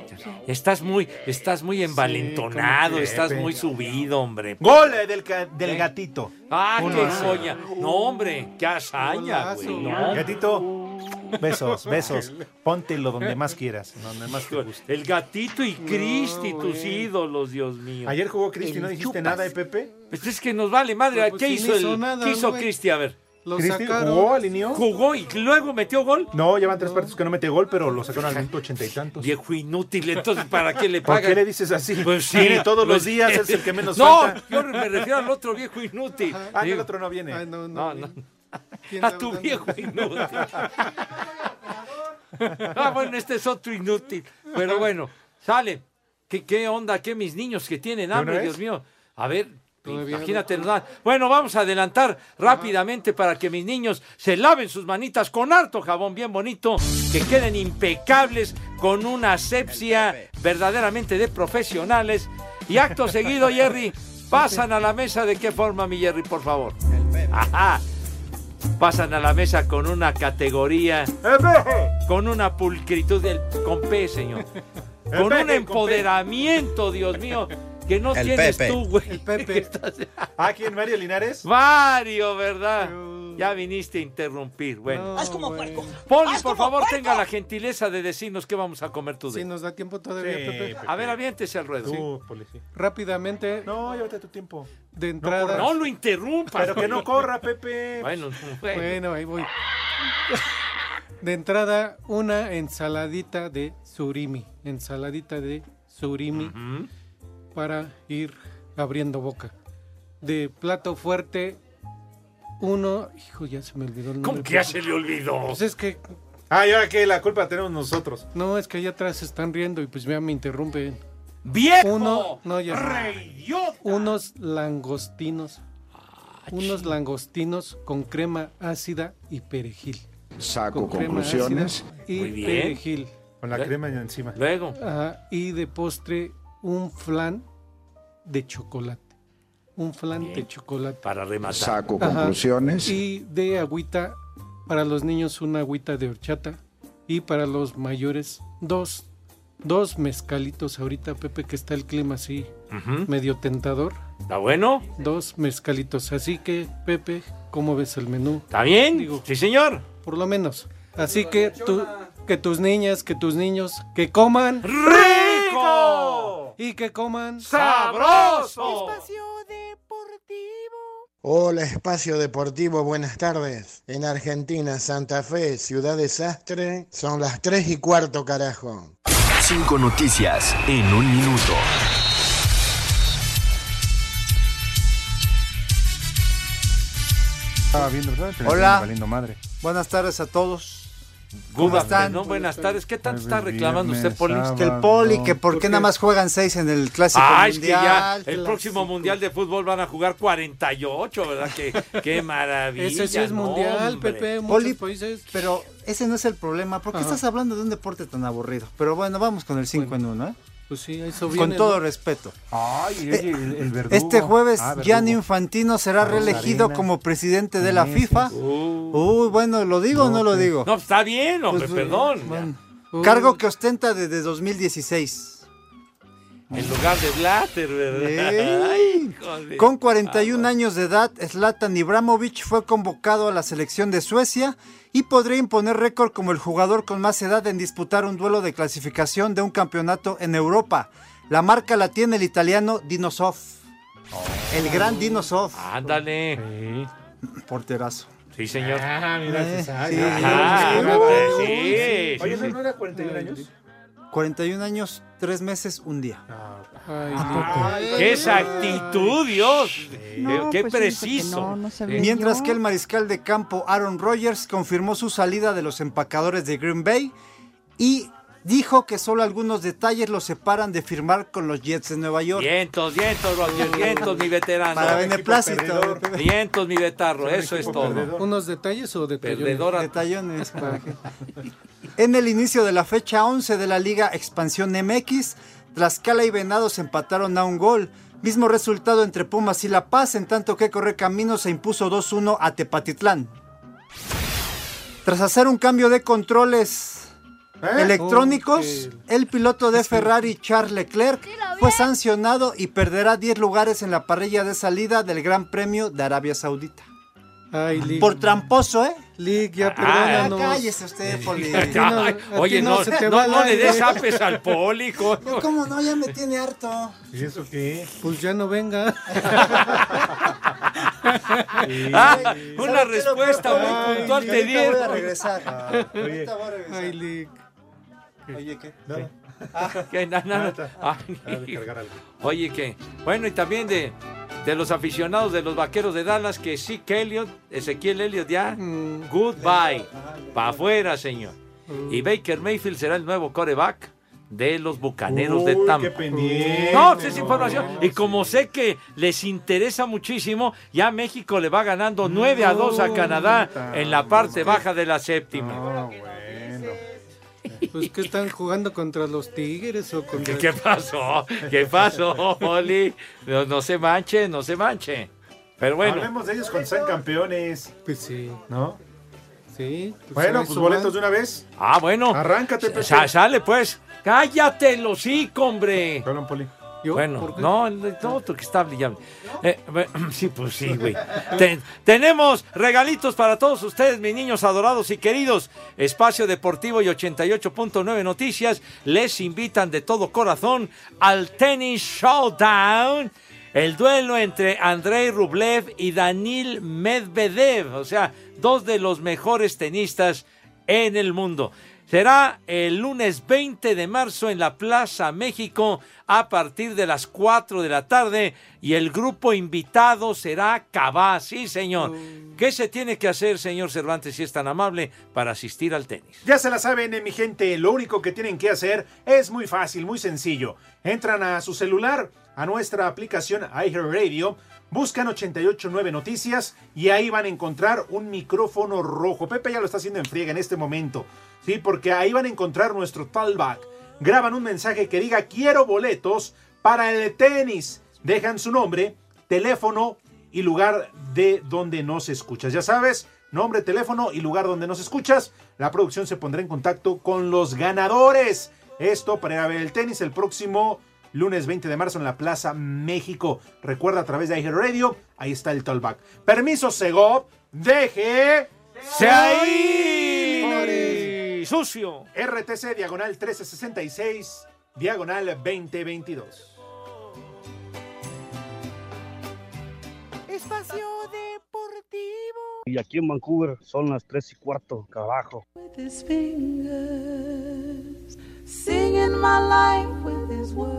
Speaker 6: Estás muy, estás muy envalentonado,
Speaker 10: ¿cómo que,
Speaker 6: estás
Speaker 10: Pepe?
Speaker 6: muy subido, hombre.
Speaker 10: Gol eh, del, ca- del
Speaker 6: ¿Eh?
Speaker 10: gatito.
Speaker 6: ¡Ah,
Speaker 10: Uno a
Speaker 6: qué
Speaker 10: cero.
Speaker 6: joya! No, hombre, qué hazaña, güey. No.
Speaker 10: Gatito, besos,
Speaker 6: <laughs>
Speaker 10: besos. Póntelo donde más quieras, donde más te guste.
Speaker 6: El gatito y Cristi,
Speaker 10: No,
Speaker 6: tus
Speaker 10: güey.
Speaker 6: ídolos, Dios mío.
Speaker 10: Ayer jugó Cristi, ¿no
Speaker 6: El
Speaker 10: dijiste
Speaker 6: chupas.
Speaker 10: nada de Pepe?
Speaker 6: Pues es que nos vale madre.
Speaker 10: Pues, pues,
Speaker 6: ¿Qué
Speaker 10: si
Speaker 6: hizo,
Speaker 10: no
Speaker 6: el,
Speaker 10: hizo nada,
Speaker 6: ¿qué
Speaker 10: ¿no,
Speaker 6: hizo
Speaker 10: güey?
Speaker 6: Cristi? A ver.
Speaker 9: Lo
Speaker 10: ¿Cristi jugó, alineó?
Speaker 6: Jugó y luego metió gol.
Speaker 10: No, llevan tres partidos que no mete gol, pero lo sacaron al minuto ochenta y tantos.
Speaker 6: Viejo inútil, entonces, ¿para qué le
Speaker 10: ¿Por
Speaker 6: pagan?
Speaker 10: qué le dices así?
Speaker 6: Pues sí.
Speaker 10: Viene todos los
Speaker 6: Pues- <laughs>
Speaker 10: días, es el que menos
Speaker 6: No,
Speaker 10: falta.
Speaker 6: yo me refiero al otro viejo inútil.
Speaker 10: Ah, no, el
Speaker 6: Digo,
Speaker 10: otro no viene.
Speaker 9: no,
Speaker 6: no, no. A tu viejo inútil. ah, bueno, este es otro inútil. Pero bueno, sale. ¿Qué, qué onda? ¿Qué mis niños que tienen
Speaker 10: una
Speaker 6: hambre,
Speaker 10: vez?
Speaker 6: Dios mío? A ver,
Speaker 9: Todavía no.
Speaker 6: imagínate. nos dan- Bueno, vamos a adelantar rápidamente para que mis niños se laven sus manitas con harto jabón bien bonito, que queden impecables con una asepsia verdaderamente de profesionales. Y acto seguido, Jerry, pasan a la mesa. ¿De qué forma, mi Jerry, por favor? Ajá. Pasan a la mesa con una categoría, con una pulcritud del con P, señor. Con
Speaker 10: Pepe,
Speaker 6: un
Speaker 10: con P.
Speaker 6: empoderamiento, Dios mío, que no
Speaker 10: El
Speaker 6: tienes
Speaker 10: Pepe.
Speaker 6: tú, güey. El <laughs>
Speaker 10: <laughs>
Speaker 9: Pepe.
Speaker 10: ¿Ah, quién? ¿Mario Linares?
Speaker 6: Mario, ¿verdad? Ya viniste a interrumpir, bueno.
Speaker 17: Haz Ah, como puerco.
Speaker 6: Poli,
Speaker 17: Haz
Speaker 6: por
Speaker 17: como
Speaker 6: favor,
Speaker 17: puerco.
Speaker 6: tenga la gentileza de decirnos qué vamos a comer tú.
Speaker 9: Si nos da tiempo todavía,
Speaker 6: Sí,
Speaker 9: Pepe.
Speaker 6: Pepe. A ver, aviéntese al ruedo.
Speaker 10: Tú, Poli, sí.
Speaker 9: Rápidamente,
Speaker 10: No, llévate tu tiempo.
Speaker 9: de
Speaker 6: No,
Speaker 9: entrada.
Speaker 6: lo interrumpas.
Speaker 10: Pero que no
Speaker 6: güey.
Speaker 10: corra, Pepe.
Speaker 6: Bueno, bueno.
Speaker 9: Bueno,
Speaker 6: <laughs>
Speaker 9: ahí voy. De entrada, una ensaladita de surimi. Ensaladita de surimi para ir abriendo boca. De plato fuerte, uno. Hijo, ya se me olvidó el nombre.
Speaker 6: ¿Cómo que ya se le olvidó?
Speaker 9: Pues es que.
Speaker 10: Ah, ¿y ahora qué? La culpa tenemos nosotros.
Speaker 9: No, es que allá atrás se están riendo y pues ya me interrumpen.
Speaker 6: ¡Viejo!
Speaker 9: Uno, no, ya.
Speaker 6: ¡Reyota!
Speaker 9: Unos langostinos.
Speaker 6: Ah,
Speaker 9: Unos langostinos con crema ácida y perejil.
Speaker 3: <laughs> Saco
Speaker 9: crema
Speaker 3: conclusiones.
Speaker 9: ácida Y
Speaker 3: Muy bien.
Speaker 9: perejil.
Speaker 10: Con la crema encima.
Speaker 6: Luego.
Speaker 9: Ajá, y de postre, un flan de chocolate. Un flan de chocolate.
Speaker 6: Para rematar.
Speaker 3: Saco
Speaker 9: Ajá.
Speaker 3: conclusiones.
Speaker 9: Y de agüita, para los niños una agüita de horchata. Y para los mayores, dos dos mezcalitos ahorita, Pepe, que está el clima así
Speaker 6: Ujú.
Speaker 9: medio tentador.
Speaker 6: ¿Está bueno?
Speaker 9: Dos mezcalitos. Así que, Pepe, ¿cómo ves el menú?
Speaker 6: ¿Está bien? sí, señor.
Speaker 9: Por lo menos. Así que tú, que tus niñas, que tus niños, que coman.
Speaker 6: ¡Rico!
Speaker 9: Y que coman.
Speaker 6: ¡Sabroso!
Speaker 41: Hola Espacio Deportivo, buenas tardes. En Argentina, Santa Fe, Ciudad Desastre, son las 3 y cuarto, carajo.
Speaker 3: Cinco noticias en un minuto.
Speaker 40: Estaba viendo, ¿verdad? Televisión
Speaker 12: Hola.
Speaker 10: valiendo madre.
Speaker 12: Buenas tardes a todos.
Speaker 6: Good
Speaker 12: ¿Cómo están? Pues,
Speaker 6: afternoon, Buenas tardes. ¿Qué tanto está reclamando usted, Poli?
Speaker 12: Que el Poli, que por qué nada más juegan seis en el Clásico
Speaker 6: Ah, es que ya
Speaker 12: Mundial.
Speaker 6: el próximo Mundial de Fútbol van a jugar 48, ¿verdad? Qué,
Speaker 12: <laughs>
Speaker 6: qué maravilla.
Speaker 12: Ese sí es
Speaker 6: ¿no,
Speaker 12: mundial,
Speaker 6: hombre?
Speaker 12: Pepe,
Speaker 9: muchos
Speaker 12: Pero ese no es el problema, porque
Speaker 9: Ajá.
Speaker 12: estás hablando de un deporte tan aburrido. Pero bueno, vamos con el 5 en 1, ¿eh?
Speaker 9: Pues sí, eso
Speaker 12: Con
Speaker 9: viene,
Speaker 12: todo
Speaker 9: ¿no?
Speaker 12: respeto.
Speaker 10: Ay,
Speaker 12: Eh,
Speaker 10: oye, el, el verdugo.
Speaker 12: Este jueves,
Speaker 10: Ah, verdugo.
Speaker 12: Gianni Infantino será
Speaker 10: Rosarena.
Speaker 12: reelegido como presidente de la
Speaker 10: Sí, sí,
Speaker 12: FIFA.
Speaker 10: sí. pues,
Speaker 12: Uy, bueno, ¿lo digo o no lo digo?
Speaker 6: No, está bien, hombre,
Speaker 12: Pues,
Speaker 6: perdón.
Speaker 12: Uy. Cargo que ostenta desde 2016.
Speaker 6: En lugar de Blatter, ¿verdad? <laughs>
Speaker 12: Ey.
Speaker 6: Ay, joder.
Speaker 12: Con 41 años de edad, Zlatan Ibrahimovic fue convocado a la selección de Suecia y podría imponer récord como el jugador con más edad en disputar un duelo de clasificación de un campeonato en Europa. La marca la tiene el italiano Dinosov. El gran Dinosov.
Speaker 6: Ándale.
Speaker 12: Porterazo.
Speaker 6: Sí, señor.
Speaker 12: Ah,
Speaker 10: mira, se sabe.
Speaker 12: sí.
Speaker 10: Ajá,
Speaker 12: Sí.
Speaker 10: fíjate,
Speaker 12: Uh,
Speaker 10: sí,
Speaker 12: Oye,
Speaker 10: sí,
Speaker 12: ¿no-
Speaker 10: sí.
Speaker 12: no era 41 años? 41 años, 3 meses, un día.
Speaker 6: ¡Qué exactitud, Dios! Eh,
Speaker 35: pues,
Speaker 12: pues
Speaker 6: ¡Qué preciso! Eh,
Speaker 12: Mientras que el mariscal de campo Aaron Rodgers confirmó su salida de los empacadores de Green Bay y dijo que solo algunos detalles lo separan de firmar con los Jets de Nueva York.
Speaker 6: Vientos, vientos, Roger, vientos, mi veterano.
Speaker 12: Para beneplácito. ¿eh?
Speaker 6: Vientos, mi vetarro, eso es todo.
Speaker 12: ¿Unos detalles o detallones?
Speaker 6: Perdedora.
Speaker 12: Detallones. para que- en el inicio de la fecha 11 de la Liga Expansión MX, Tlaxcala y Venados empataron a un gol. Mismo resultado entre Pumas y La Paz, en tanto que Correcaminos se impuso 2-1 a Tepatitlán. Tras hacer un cambio de controles
Speaker 6: ¿Eh?
Speaker 12: electrónicos, el piloto de Ferrari Charles Leclerc fue sancionado y perderá 10 lugares en la parrilla de salida del Gran Premio de Arabia Saudita. Por tramposo, ¿eh?
Speaker 9: Lig, ya
Speaker 12: Ah,
Speaker 9: perdónanos.
Speaker 12: cállese
Speaker 9: <laughs>
Speaker 12: usted,
Speaker 6: <laughs>
Speaker 12: Poli. <laughs>
Speaker 6: Ay, oye, no,
Speaker 12: se te
Speaker 6: no-
Speaker 12: va el
Speaker 6: no le
Speaker 12: aire.
Speaker 6: des apes al poli,
Speaker 12: <laughs> No,
Speaker 6: coño.
Speaker 12: <laughs> ¿Cómo no? Ya me tiene harto.
Speaker 9: ¿Y eso qué? Pues ya no venga.
Speaker 6: Ah, una respuesta muy puntual te
Speaker 12: Ahorita voy a
Speaker 6: dieron. Ah,
Speaker 12: regresar.
Speaker 6: oye.
Speaker 12: Ahorita voy a regresar.
Speaker 9: Ay, Lig.
Speaker 12: Oye, ¿qué?
Speaker 6: <laughs> Que na- na-
Speaker 12: Ah,
Speaker 6: na-
Speaker 12: está.
Speaker 6: Ay,
Speaker 12: Voy a descargar algo.
Speaker 6: Oye, que. Bueno, y también de, de los aficionados de los vaqueros de Dallas, que sí, que Elliot, Ezequiel Elliot ya. Goodbye. Para afuera, señor. Y Baker Mayfield será el nuevo coreback de los bucaneros de
Speaker 10: Uy,
Speaker 6: Tampa.
Speaker 10: qué pendiente.
Speaker 6: No, pues es información. Y como sé que les interesa muchísimo, ya México le va ganando 9 a 2 a Canadá en la parte baja de la séptima.
Speaker 9: Pues que están jugando contra los Tigres o
Speaker 6: ¿Qué,
Speaker 9: contra.
Speaker 6: qué pasó? ¿Qué pasó, Oli? No, no se manche, no se manche. Pero bueno,
Speaker 10: Hablemos de ellos cuando sean campeones.
Speaker 9: Pues sí.
Speaker 10: ¿No?
Speaker 9: Sí.
Speaker 10: bueno, pues boletos de una vez.
Speaker 6: Ah, bueno.
Speaker 10: Arráncate, Pepe.
Speaker 6: sa- sale pues. Cállate el hocico, hombre.
Speaker 10: Perdón, Poli.
Speaker 6: Bueno, no, el el otro que está brillando. Eh, bueno, <clears throat> sí, pues sí, güey. Ten- tenemos regalitos para todos ustedes, mis niños adorados y queridos. Espacio Deportivo y 88.9 Noticias les invitan de todo corazón al Tennis Showdown. El duelo entre Andrei Rublev y Danil Medvedev, o sea, dos de los mejores tenistas en el mundo. Será el lunes 20 de marzo en la Plaza México a partir de las 4 de la tarde y el grupo invitado será Cabá. Sí, señor. ¿Qué se tiene que hacer, señor Cervantes, si es tan amable, para asistir al tenis?
Speaker 10: Ya se la saben, eh, mi gente, lo único que tienen que hacer es muy fácil, muy sencillo. Entran a su celular, a nuestra aplicación iHeartRadio, buscan 889 Noticias y ahí van a encontrar un micrófono rojo. Pepe ya lo está haciendo en friega en este momento, ¿sí? Porque ahí van a encontrar nuestro talkback. Graban un mensaje que diga quiero boletos para el tenis. Dejan su nombre, teléfono y lugar de donde nos escuchas. Ya sabes, nombre, teléfono y lugar donde nos escuchas. La producción se pondrá en contacto con los ganadores. Esto para ir a ver el tenis el próximo lunes 20 de marzo en la Plaza México. Recuerda a través de iHeartRadio, ahí está el tollback. Permiso, Segov, deje.
Speaker 6: ¡Se ahí, ¡Sucio!
Speaker 10: RTC diagonal 1366, diagonal 2022.
Speaker 42: Espacio Deportivo.
Speaker 5: Y aquí en Vancouver son las tres y cuarto, carajo.
Speaker 42: With his fingers, singing my life with his words,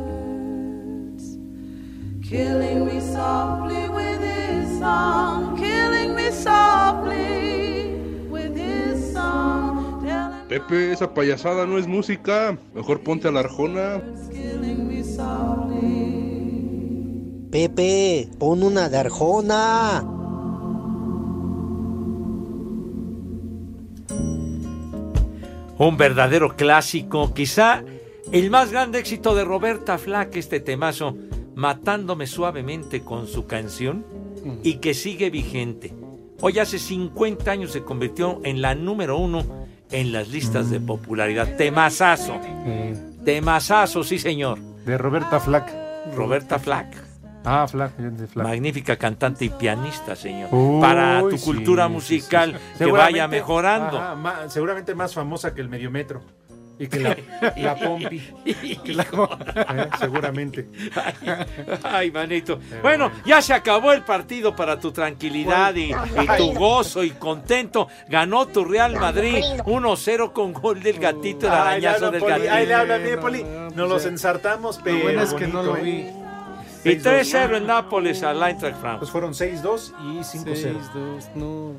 Speaker 42: killing me softly with his song, killing me softly with his song, telling
Speaker 16: Pepe, esa payasada no es música. Mejor ponte a la arjona.
Speaker 42: me softly.
Speaker 40: Pepe, pon una de Arjona.
Speaker 6: Un verdadero clásico, quizá el más grande éxito de Roberta Flack, este temazo, matándome suavemente con su canción
Speaker 10: Mm.
Speaker 6: y que sigue vigente. Hoy hace 50 años se convirtió en la número uno en las listas
Speaker 10: Mm.
Speaker 6: de popularidad. Temazazo. Temazazo, sí señor.
Speaker 10: Eh, De Roberta Flack.
Speaker 6: Roberta Flack.
Speaker 10: Ah, Flack, de Flack.
Speaker 6: Magnífica cantante y pianista, señor.
Speaker 10: Uy,
Speaker 6: Para tu
Speaker 10: sí,
Speaker 6: cultura
Speaker 10: sí,
Speaker 6: musical
Speaker 10: sí.
Speaker 6: que
Speaker 10: Seguramente-
Speaker 6: vaya mejorando. <laughs>
Speaker 10: Ajá, ma- seguramente más famosa que el Mediometro. Y que la,
Speaker 6: <laughs>
Speaker 10: la Pompi. Que la- eh, seguramente.
Speaker 6: Ay, manito. Bueno, ya se acabó el partido para tu tranquilidad y, y tu gozo y contento. Ganó tu Real Madrid 1-0 con gol del gatito, <laughs> el
Speaker 10: Ay, le
Speaker 6: arañazo
Speaker 10: habla
Speaker 6: del
Speaker 10: Poli,
Speaker 6: gatito.
Speaker 10: ahí le habla bien, Poli. Nos los ensartamos, pero. ¿eh?
Speaker 6: bueno es que no lo vi. Y 3-0 en Nápoles al Eintracht Frankfurt.
Speaker 10: Pues fueron 6-2 y 5-0.
Speaker 9: 6-2, no.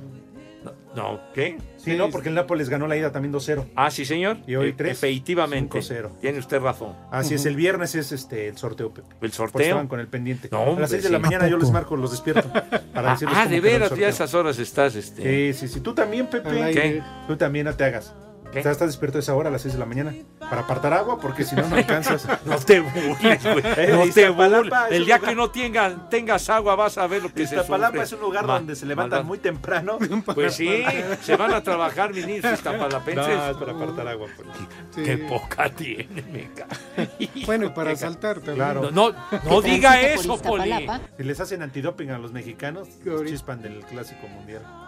Speaker 6: No, ¿qué?
Speaker 10: Sí, no, porque el Nápoles ganó la ida también 2-0.
Speaker 6: Ah, sí, señor.
Speaker 10: Y hoy
Speaker 6: E-
Speaker 10: tres,
Speaker 6: Efectivamente.
Speaker 10: 5-0.
Speaker 6: Tiene usted razón.
Speaker 10: Así es, el viernes es este el sorteo, Pepe.
Speaker 6: El
Speaker 10: Porque
Speaker 6: sorteo.
Speaker 10: estaban con el pendiente.
Speaker 6: No,
Speaker 10: a
Speaker 6: hombre,
Speaker 10: las 6 de
Speaker 6: sí.
Speaker 10: la mañana
Speaker 6: ¿A
Speaker 10: yo
Speaker 6: poco?
Speaker 10: les marco,
Speaker 6: <laughs>
Speaker 10: los despierto. Para
Speaker 6: Ah,
Speaker 10: decirles
Speaker 6: ah,
Speaker 10: cómo
Speaker 6: de
Speaker 10: quedó el
Speaker 6: veras, ya a
Speaker 10: sorteo.
Speaker 6: esas horas estás. Este...
Speaker 10: Sí, sí, sí. Tú también,
Speaker 6: Al
Speaker 10: Pepe.
Speaker 6: aire. ¿Qué?
Speaker 10: Tú también no te hagas.
Speaker 6: ¿Qué?
Speaker 10: O sea, estás despierto a esa hora, a las 6 de la mañana, para apartar agua, porque si no,
Speaker 6: <laughs>
Speaker 10: no alcanzas.
Speaker 6: No te burles, güey.
Speaker 10: Eh,
Speaker 6: No te
Speaker 10: Iztapalapa
Speaker 6: burles.
Speaker 10: es
Speaker 6: El
Speaker 10: un
Speaker 6: día
Speaker 10: lugar-
Speaker 6: que no tengas, tengas agua vas a ver lo que se sufre.
Speaker 10: Iztapalapa es un lugar
Speaker 6: Ma-
Speaker 10: donde se levantan
Speaker 6: malva-
Speaker 10: muy
Speaker 6: <laughs>
Speaker 10: temprano. <laughs>
Speaker 6: Pues sí, se van a trabajar mis niños iztapalapenses.
Speaker 10: No, es para apartar agua. Pues.
Speaker 6: Qué poca tiene, me ca-
Speaker 9: Bueno, y para saltar también.
Speaker 10: Claro.
Speaker 6: No, no diga eso, Poli.
Speaker 10: Si les hacen antidoping a los mexicanos, chispan del clásico mundial.
Speaker 6: Ah,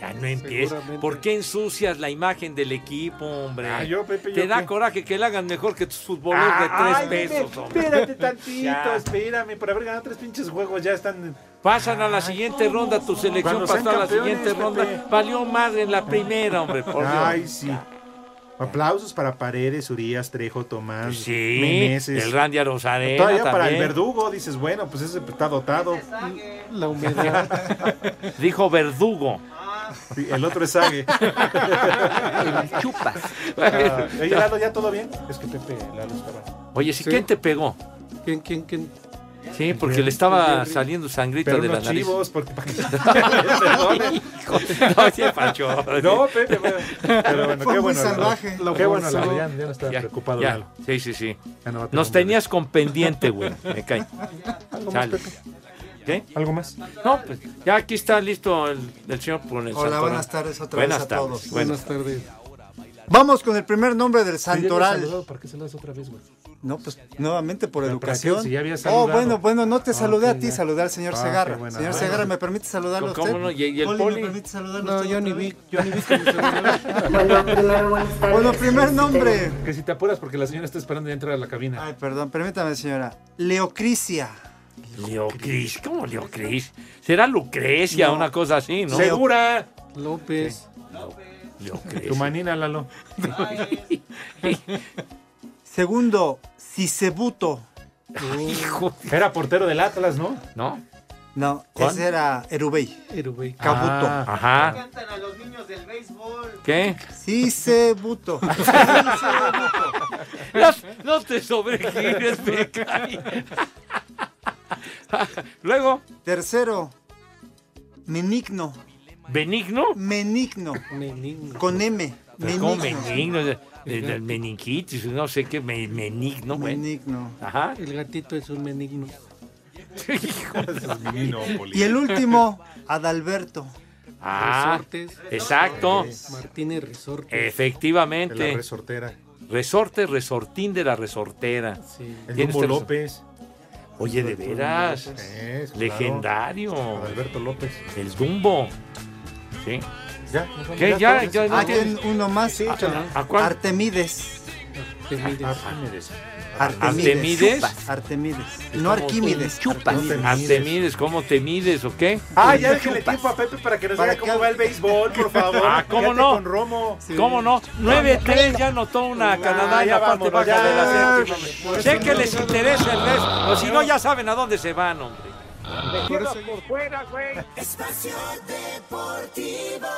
Speaker 6: Ya no empieces. ¿Por qué ensucias la imagen del equipo, hombre?
Speaker 10: Ah, yo, Pepe, yo
Speaker 6: Te da
Speaker 10: qué.
Speaker 6: coraje que la hagan mejor que tus futboleros
Speaker 10: Ah,
Speaker 6: de
Speaker 10: Ay,
Speaker 6: tres
Speaker 10: Pepe,
Speaker 6: pesos, hombre. <laughs>
Speaker 10: Espérate tantito,
Speaker 6: Ya.
Speaker 10: espérame. Por haber ganado tres pinches juegos ya están.
Speaker 6: Pasan a la siguiente ronda, tu selección
Speaker 10: Cuando sean
Speaker 6: pasó a la
Speaker 10: campeones,
Speaker 6: siguiente ronda.
Speaker 10: Pepe.
Speaker 6: Valió madre en la primera, hombre, por Dios.
Speaker 10: Ay, sí. Aplausos para Paredes, Urias, Trejo, Tomás,
Speaker 6: Sí,
Speaker 10: Meneses.
Speaker 6: el Randy Arozarena
Speaker 10: Todavía para el
Speaker 6: también.
Speaker 10: verdugo dices, bueno, pues ese está dotado.
Speaker 9: La humedad.
Speaker 6: Dijo verdugo.
Speaker 10: Sí, el otro es Sague.
Speaker 6: Chupas.
Speaker 10: Ah, Oye, Lalo, ¿ya todo bien? Es que Pepe, Lalo estaba.
Speaker 6: <laughs> Oye, ¿sí,
Speaker 10: Sí.
Speaker 6: quién te pegó?
Speaker 9: ¿Quién, quién, quién?
Speaker 6: Sí, porque le estaba saliendo sangrita
Speaker 10: Pero
Speaker 6: de la
Speaker 10: unos
Speaker 6: nariz.
Speaker 10: chivos, porque para que- Perdone.
Speaker 6: <laughs> No, sí, Pancho.
Speaker 10: <laughs> No, Pepe, bueno, pero bueno,
Speaker 6: Fue
Speaker 10: qué
Speaker 6: muy
Speaker 10: bueno. Lalo.
Speaker 6: salvaje. Lo
Speaker 10: Qué bueno,
Speaker 6: forzó.
Speaker 10: Lalo, ya, ya no estaba preocupado,
Speaker 6: ya.
Speaker 10: Lalo.
Speaker 6: Sí, sí, sí.
Speaker 10: no va a tener
Speaker 6: Nos
Speaker 10: un
Speaker 6: tenías con pendiente, güey. Me cae.
Speaker 10: ¿Algo más,
Speaker 6: Chale. ¿Qué?
Speaker 10: ¿Algo más?
Speaker 6: No, pues ya aquí está listo el, el señor con el
Speaker 12: Hola,
Speaker 6: Santorón.
Speaker 12: buenas tardes otra
Speaker 6: Buenas
Speaker 12: vez a
Speaker 6: tardes.
Speaker 12: todos.
Speaker 6: Buenas
Speaker 12: Buenas
Speaker 9: tardes.
Speaker 12: Vamos con el primer nombre del santoral.
Speaker 10: ¿Por qué saludas otra vez, güey?
Speaker 12: No, pues nuevamente por
Speaker 10: Pero, ¿para qué?
Speaker 12: educación.
Speaker 10: Si ya había
Speaker 12: oh,
Speaker 10: saludado.
Speaker 12: bueno, bueno, no te
Speaker 10: Ah,
Speaker 12: saludé
Speaker 10: ok,
Speaker 12: a ti,
Speaker 10: ya.
Speaker 12: saludé al señor
Speaker 10: Ah,
Speaker 12: Segarra.
Speaker 10: qué buena
Speaker 12: señor
Speaker 10: onda.
Speaker 12: Segarra, ¿me permite saludarlo a usted?
Speaker 6: ¿Cómo no? ¿Y- y el
Speaker 12: Poli,
Speaker 6: Poli?
Speaker 12: ¿me permite saludarlo a
Speaker 9: No,
Speaker 12: usted
Speaker 9: yo
Speaker 12: otra
Speaker 9: ni
Speaker 12: vez?
Speaker 9: vi, yo ni <laughs> vi que me saludaron.
Speaker 12: Bueno, primer nombre.
Speaker 10: Que si te apuras porque la señora está esperando ya entrar a la
Speaker 6: Ah,
Speaker 10: cabina.
Speaker 12: Ay, perdón, permítame, señora. Leocrisia.
Speaker 6: Leocris, ¿cómo Leocris? ¿Será Lucrecia
Speaker 12: No.
Speaker 6: una cosa así, no?
Speaker 10: Segura.
Speaker 9: López.
Speaker 6: Leocris.
Speaker 10: Tu manina, Lalo.
Speaker 12: Segundo, Sisebuto.
Speaker 10: Era portero del Atlas, ¿no?
Speaker 6: ¿No?
Speaker 12: No,
Speaker 10: ¿Cuál?
Speaker 12: ese era Erubey.
Speaker 9: Erubey.
Speaker 12: Cabuto.
Speaker 10: Ah,
Speaker 6: Ajá.
Speaker 20: a los niños del béisbol.
Speaker 6: ¿Qué?
Speaker 10: <laughs>
Speaker 12: Sisebuto.
Speaker 6: No, no te sobregires, me cae. <laughs> Luego.
Speaker 12: Tercero, Menigno.
Speaker 6: ¿Benigno?
Speaker 12: Menigno.
Speaker 9: Menigno.
Speaker 12: Con M.
Speaker 6: Pero ¿Cómo
Speaker 12: Menigno.
Speaker 6: menigno? De- de- del meningitis, no sé qué, me- menigno, güey.
Speaker 12: Menigno.
Speaker 6: Ajá.
Speaker 9: El gatito es
Speaker 6: <laughs>
Speaker 9: un menigno.
Speaker 12: Y el último, Adalberto.
Speaker 6: Ah,
Speaker 9: Resortes.
Speaker 6: exacto.
Speaker 9: Martínez Resortes.
Speaker 6: Efectivamente.
Speaker 10: resortera.
Speaker 6: Resorte, resortín de la resortera.
Speaker 10: El
Speaker 6: Tienes
Speaker 10: Dumbo
Speaker 6: que-
Speaker 10: López.
Speaker 6: Oye, de veras.
Speaker 10: Es, claro.
Speaker 6: Legendario.
Speaker 10: Alberto López.
Speaker 6: El Dumbo. Sí.
Speaker 10: Ya.
Speaker 6: ¿Qué? Ya, ya, no
Speaker 12: Ah, ah,
Speaker 6: tienes-
Speaker 12: ten uno más.
Speaker 6: ¿A- a- a cuál?
Speaker 12: Artemides.
Speaker 6: Artemides. Artemides.
Speaker 12: Artemides. Chupas, Artemides. No Arquímedes. Artemides.
Speaker 6: Artemides, ¿cómo te mides o qué?
Speaker 10: Ah, ya déjale tiempo a Pepe para que nos diga cómo va el béisbol, por favor.
Speaker 6: <laughs> Ah, ¿cómo
Speaker 10: Fíjate
Speaker 6: no?
Speaker 10: Con Romo.
Speaker 6: ¿Cómo no? 9-3 ya anotó una Canadá en
Speaker 10: Ah, ya
Speaker 6: la parte
Speaker 10: vámonos,
Speaker 6: baja
Speaker 10: ya.
Speaker 6: de la séptima. Sé que les interesa el resto, o si no ya saben a dónde se van, hombre.
Speaker 26: Espacio Deportivo.